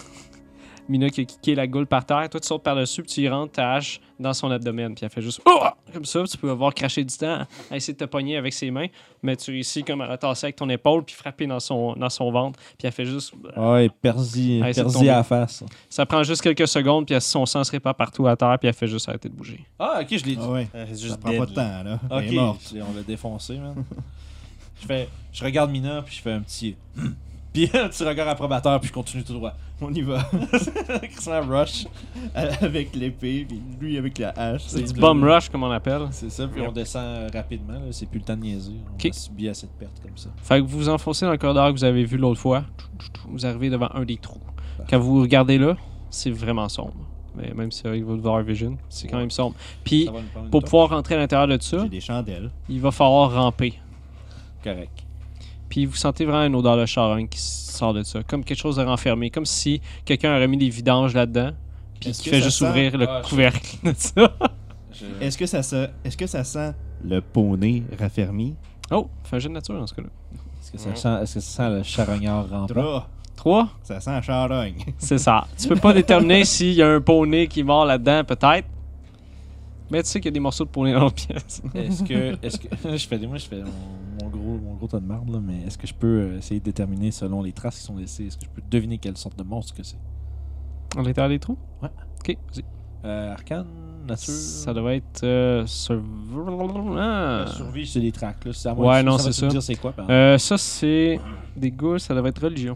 Speaker 2: Mina qui a kické la goule par terre. Toi, tu sautes par-dessus, puis tu y rentres ta hache dans son abdomen. Puis elle fait juste. Oh! Comme ça, tu peux avoir craché du temps à essayer de te pogner avec ses mains. Mais tu réussis comme à la tasser avec ton épaule, puis frapper dans son, dans son ventre. Puis elle fait juste.
Speaker 3: Ah, et persil,
Speaker 2: Ah, il s'est tombé.
Speaker 3: persil à la face.
Speaker 2: Ça prend juste quelques secondes, puis elle- son sang se répare partout à terre, puis elle fait juste arrêter de bouger.
Speaker 3: Ah, ok, je l'ai dit.
Speaker 5: Ah ouais.
Speaker 6: Euh, c'est
Speaker 5: Ça
Speaker 6: juste
Speaker 5: prend pas de
Speaker 6: dead, là.
Speaker 5: temps, là.
Speaker 3: Ok,
Speaker 5: Elle est morte.
Speaker 3: je l'ai- on l'a défoncé, man. <laughs> je, fais, je regarde Mina, puis je fais un petit. <clears throat> puis un petit regard approbateur, puis je continue tout droit.
Speaker 5: On y va.
Speaker 3: Christian Rush.
Speaker 5: euh, avec l'épée, puis lui avec la hache.
Speaker 2: C'est du bum rush, comme on appelle.
Speaker 3: C'est ça, puis
Speaker 2: Yep.
Speaker 3: on descend euh, rapidement, là, c'est plus le temps de niaiser. On
Speaker 2: Ok.
Speaker 3: a subi assez de pertes comme ça.
Speaker 2: Fait que vous vous enfoncez dans le corridor que vous avez vu l'autre fois. Vous arrivez devant un des trous. Quand vous regardez là, c'est vraiment sombre. Mais même si euh, avec votre VR Vision, c'est quand même sombre. Puis,
Speaker 3: Ça va nous prendre une
Speaker 2: pour
Speaker 3: tour.
Speaker 2: pouvoir rentrer à l'intérieur de ça,
Speaker 5: J'ai des chandelles.
Speaker 2: il va falloir ramper.
Speaker 3: Correct.
Speaker 2: Puis vous sentez vraiment une odeur de charogne qui sort de ça. Comme quelque chose de renfermé. Comme si quelqu'un aurait mis des vidanges là-dedans. Puis
Speaker 5: Est-ce
Speaker 2: qui
Speaker 5: que
Speaker 2: fait
Speaker 5: ça
Speaker 2: juste
Speaker 5: sent-
Speaker 2: ouvrir le
Speaker 3: Ah, je-
Speaker 2: couvercle de ça.
Speaker 3: Je-
Speaker 5: Euh. Est-ce que ça sent. Est-ce que ça sent le poney raffermi?
Speaker 2: Oh, fait un jeu de nature dans ce cas-là.
Speaker 3: Est-ce que, ça sent, est-ce que ça sent le charognard rampant?
Speaker 5: Dra,
Speaker 2: 3.
Speaker 5: ça sent la charogne. <laughs>
Speaker 2: C'est ça. Tu peux pas <laughs> déterminer s'il y a un poney qui mord là-dedans, peut-être. Mais tu sais qu'il y a des morceaux de poney dans la pièce.
Speaker 3: Est-ce que. Est-ce que <laughs> je fais des moi, je fais mon, mon gros, mon gros tas de marde, là, mais est-ce que je peux euh, essayer de déterminer selon les traces qui sont laissées, est-ce que je peux deviner quelle sorte de monstre que c'est
Speaker 2: À l'intérieur des trous?
Speaker 3: Ouais.
Speaker 2: Ok, vas-y.
Speaker 3: euh, Arcane, nature.
Speaker 2: Ça doit être. Euh, surv-
Speaker 3: La
Speaker 2: Ah.
Speaker 3: survie, c'est des tracts. Là. C'est à
Speaker 2: Ouais, non,
Speaker 3: va
Speaker 2: c'est
Speaker 3: te
Speaker 2: ça.
Speaker 3: dire c'est quoi, par
Speaker 2: Euh, ça, c'est. Des ghouls, ça doit être religion.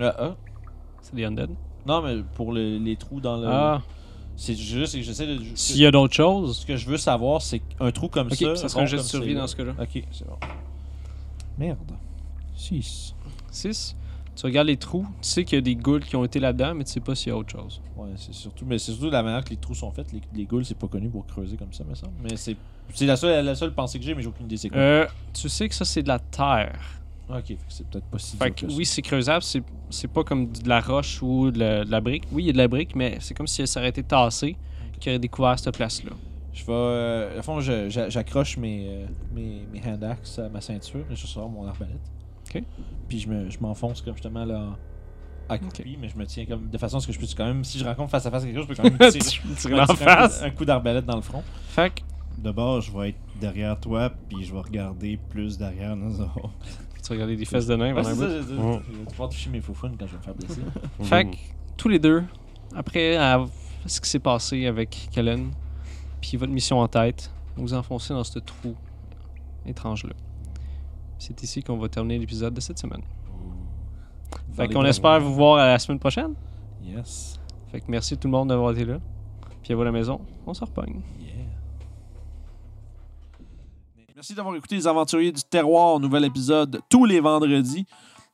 Speaker 2: Euh,
Speaker 3: Ah, ah.
Speaker 2: C'est des undead.
Speaker 3: Non, mais pour le- les trous dans le.
Speaker 2: Ah,
Speaker 3: C'est juste que j'essaie de.
Speaker 2: s'il y a d'autres choses.
Speaker 3: Ce que je veux savoir, c'est qu'un trou comme
Speaker 2: Ok,
Speaker 3: ça.
Speaker 2: ça, sera un
Speaker 3: rond
Speaker 2: jeu de
Speaker 3: comme
Speaker 2: survie
Speaker 3: ça,
Speaker 2: dans ce cas-là.
Speaker 3: Ok, c'est bon. Merde. 6.
Speaker 2: 6. Tu regardes les trous, tu sais qu'il y a des ghouls qui ont été là-dedans, mais tu sais pas s'il y a autre chose.
Speaker 3: Ouais, c'est surtout. Mais c'est surtout la manière que les trous sont faits. Les, les ghouls, c'est pas connu pour creuser comme ça, me semble. Mais c'est. C'est la seule, la seule pensée que j'ai, mais j'ai aucune idée c'est quoi.
Speaker 2: Euh, tu sais que ça, c'est de la terre.
Speaker 3: Ok, fait que c'est peut-être pas si
Speaker 2: Fait
Speaker 3: dur
Speaker 2: que
Speaker 3: ça.
Speaker 2: oui, c'est creusable, c'est, c'est pas comme de la roche ou de la, de la brique. Oui, il y a de la brique, mais c'est comme si elle s'aurait été tassée, qu'il aurait découvert cette place-là.
Speaker 3: Je vais. Euh, au fond, je- j'a- j'accroche mes, euh, mes, mes hand axes à ma ceinture, mais je sors mon arbalète.
Speaker 2: Ok.
Speaker 3: Puis je me- je m'enfonce comme justement là. À couper, mais je me tiens comme. De façon à ce que je puisse quand même. Si je rencontre face à face quelque chose,
Speaker 2: <laughs>
Speaker 3: je peux quand même me
Speaker 2: <laughs>
Speaker 3: tirer.
Speaker 2: Tu- tu
Speaker 3: me
Speaker 2: l'en
Speaker 3: tirer un coup-
Speaker 2: face.
Speaker 3: Un coup, d'arbalète dans le front.
Speaker 2: Fait que
Speaker 5: D'abord, je vais être derrière toi, puis je vais regarder plus derrière nous autres.
Speaker 2: tu regardais des fesses de nain
Speaker 3: Ouais,
Speaker 2: pendant un
Speaker 3: c'est ça,
Speaker 2: bout.
Speaker 3: je- je-
Speaker 6: Mm.
Speaker 3: je vais pouvoir toucher mes foufounes quand je vais me faire blesser.
Speaker 2: Fait que tous les deux, après à- ce qui s'est passé avec Kellen, puis votre mission en tête, vous vous enfoncez dans ce trou étrange-là. C'est ici qu'on va terminer l'épisode de cette semaine.
Speaker 3: Vers
Speaker 2: Fait
Speaker 3: les
Speaker 2: qu'on
Speaker 3: bras.
Speaker 2: espère vous voir à la semaine prochaine.
Speaker 3: Yes.
Speaker 2: Fait que merci tout le monde d'avoir été là. Puis à vous à la maison, on se repogne.
Speaker 3: Merci d'avoir écouté Les Aventuriers du Terroir, nouvel épisode tous les vendredis.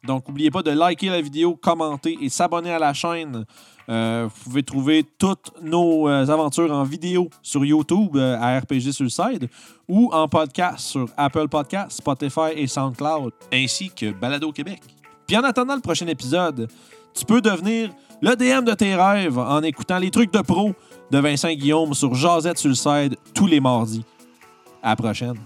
Speaker 3: Donc, n'oubliez pas de liker la vidéo, commenter et s'abonner à la chaîne. Euh, vous pouvez trouver toutes nos euh, aventures en vidéo sur YouTube euh, à RPG Suicide ou en podcast sur Apple Podcasts, Spotify et SoundCloud, ainsi que Balado Québec. Puis en attendant le prochain épisode, tu peux devenir le DM de tes rêves en écoutant les trucs de pro de Vincent Guillaume sur Jazette Suicide tous les mardis. À la prochaine.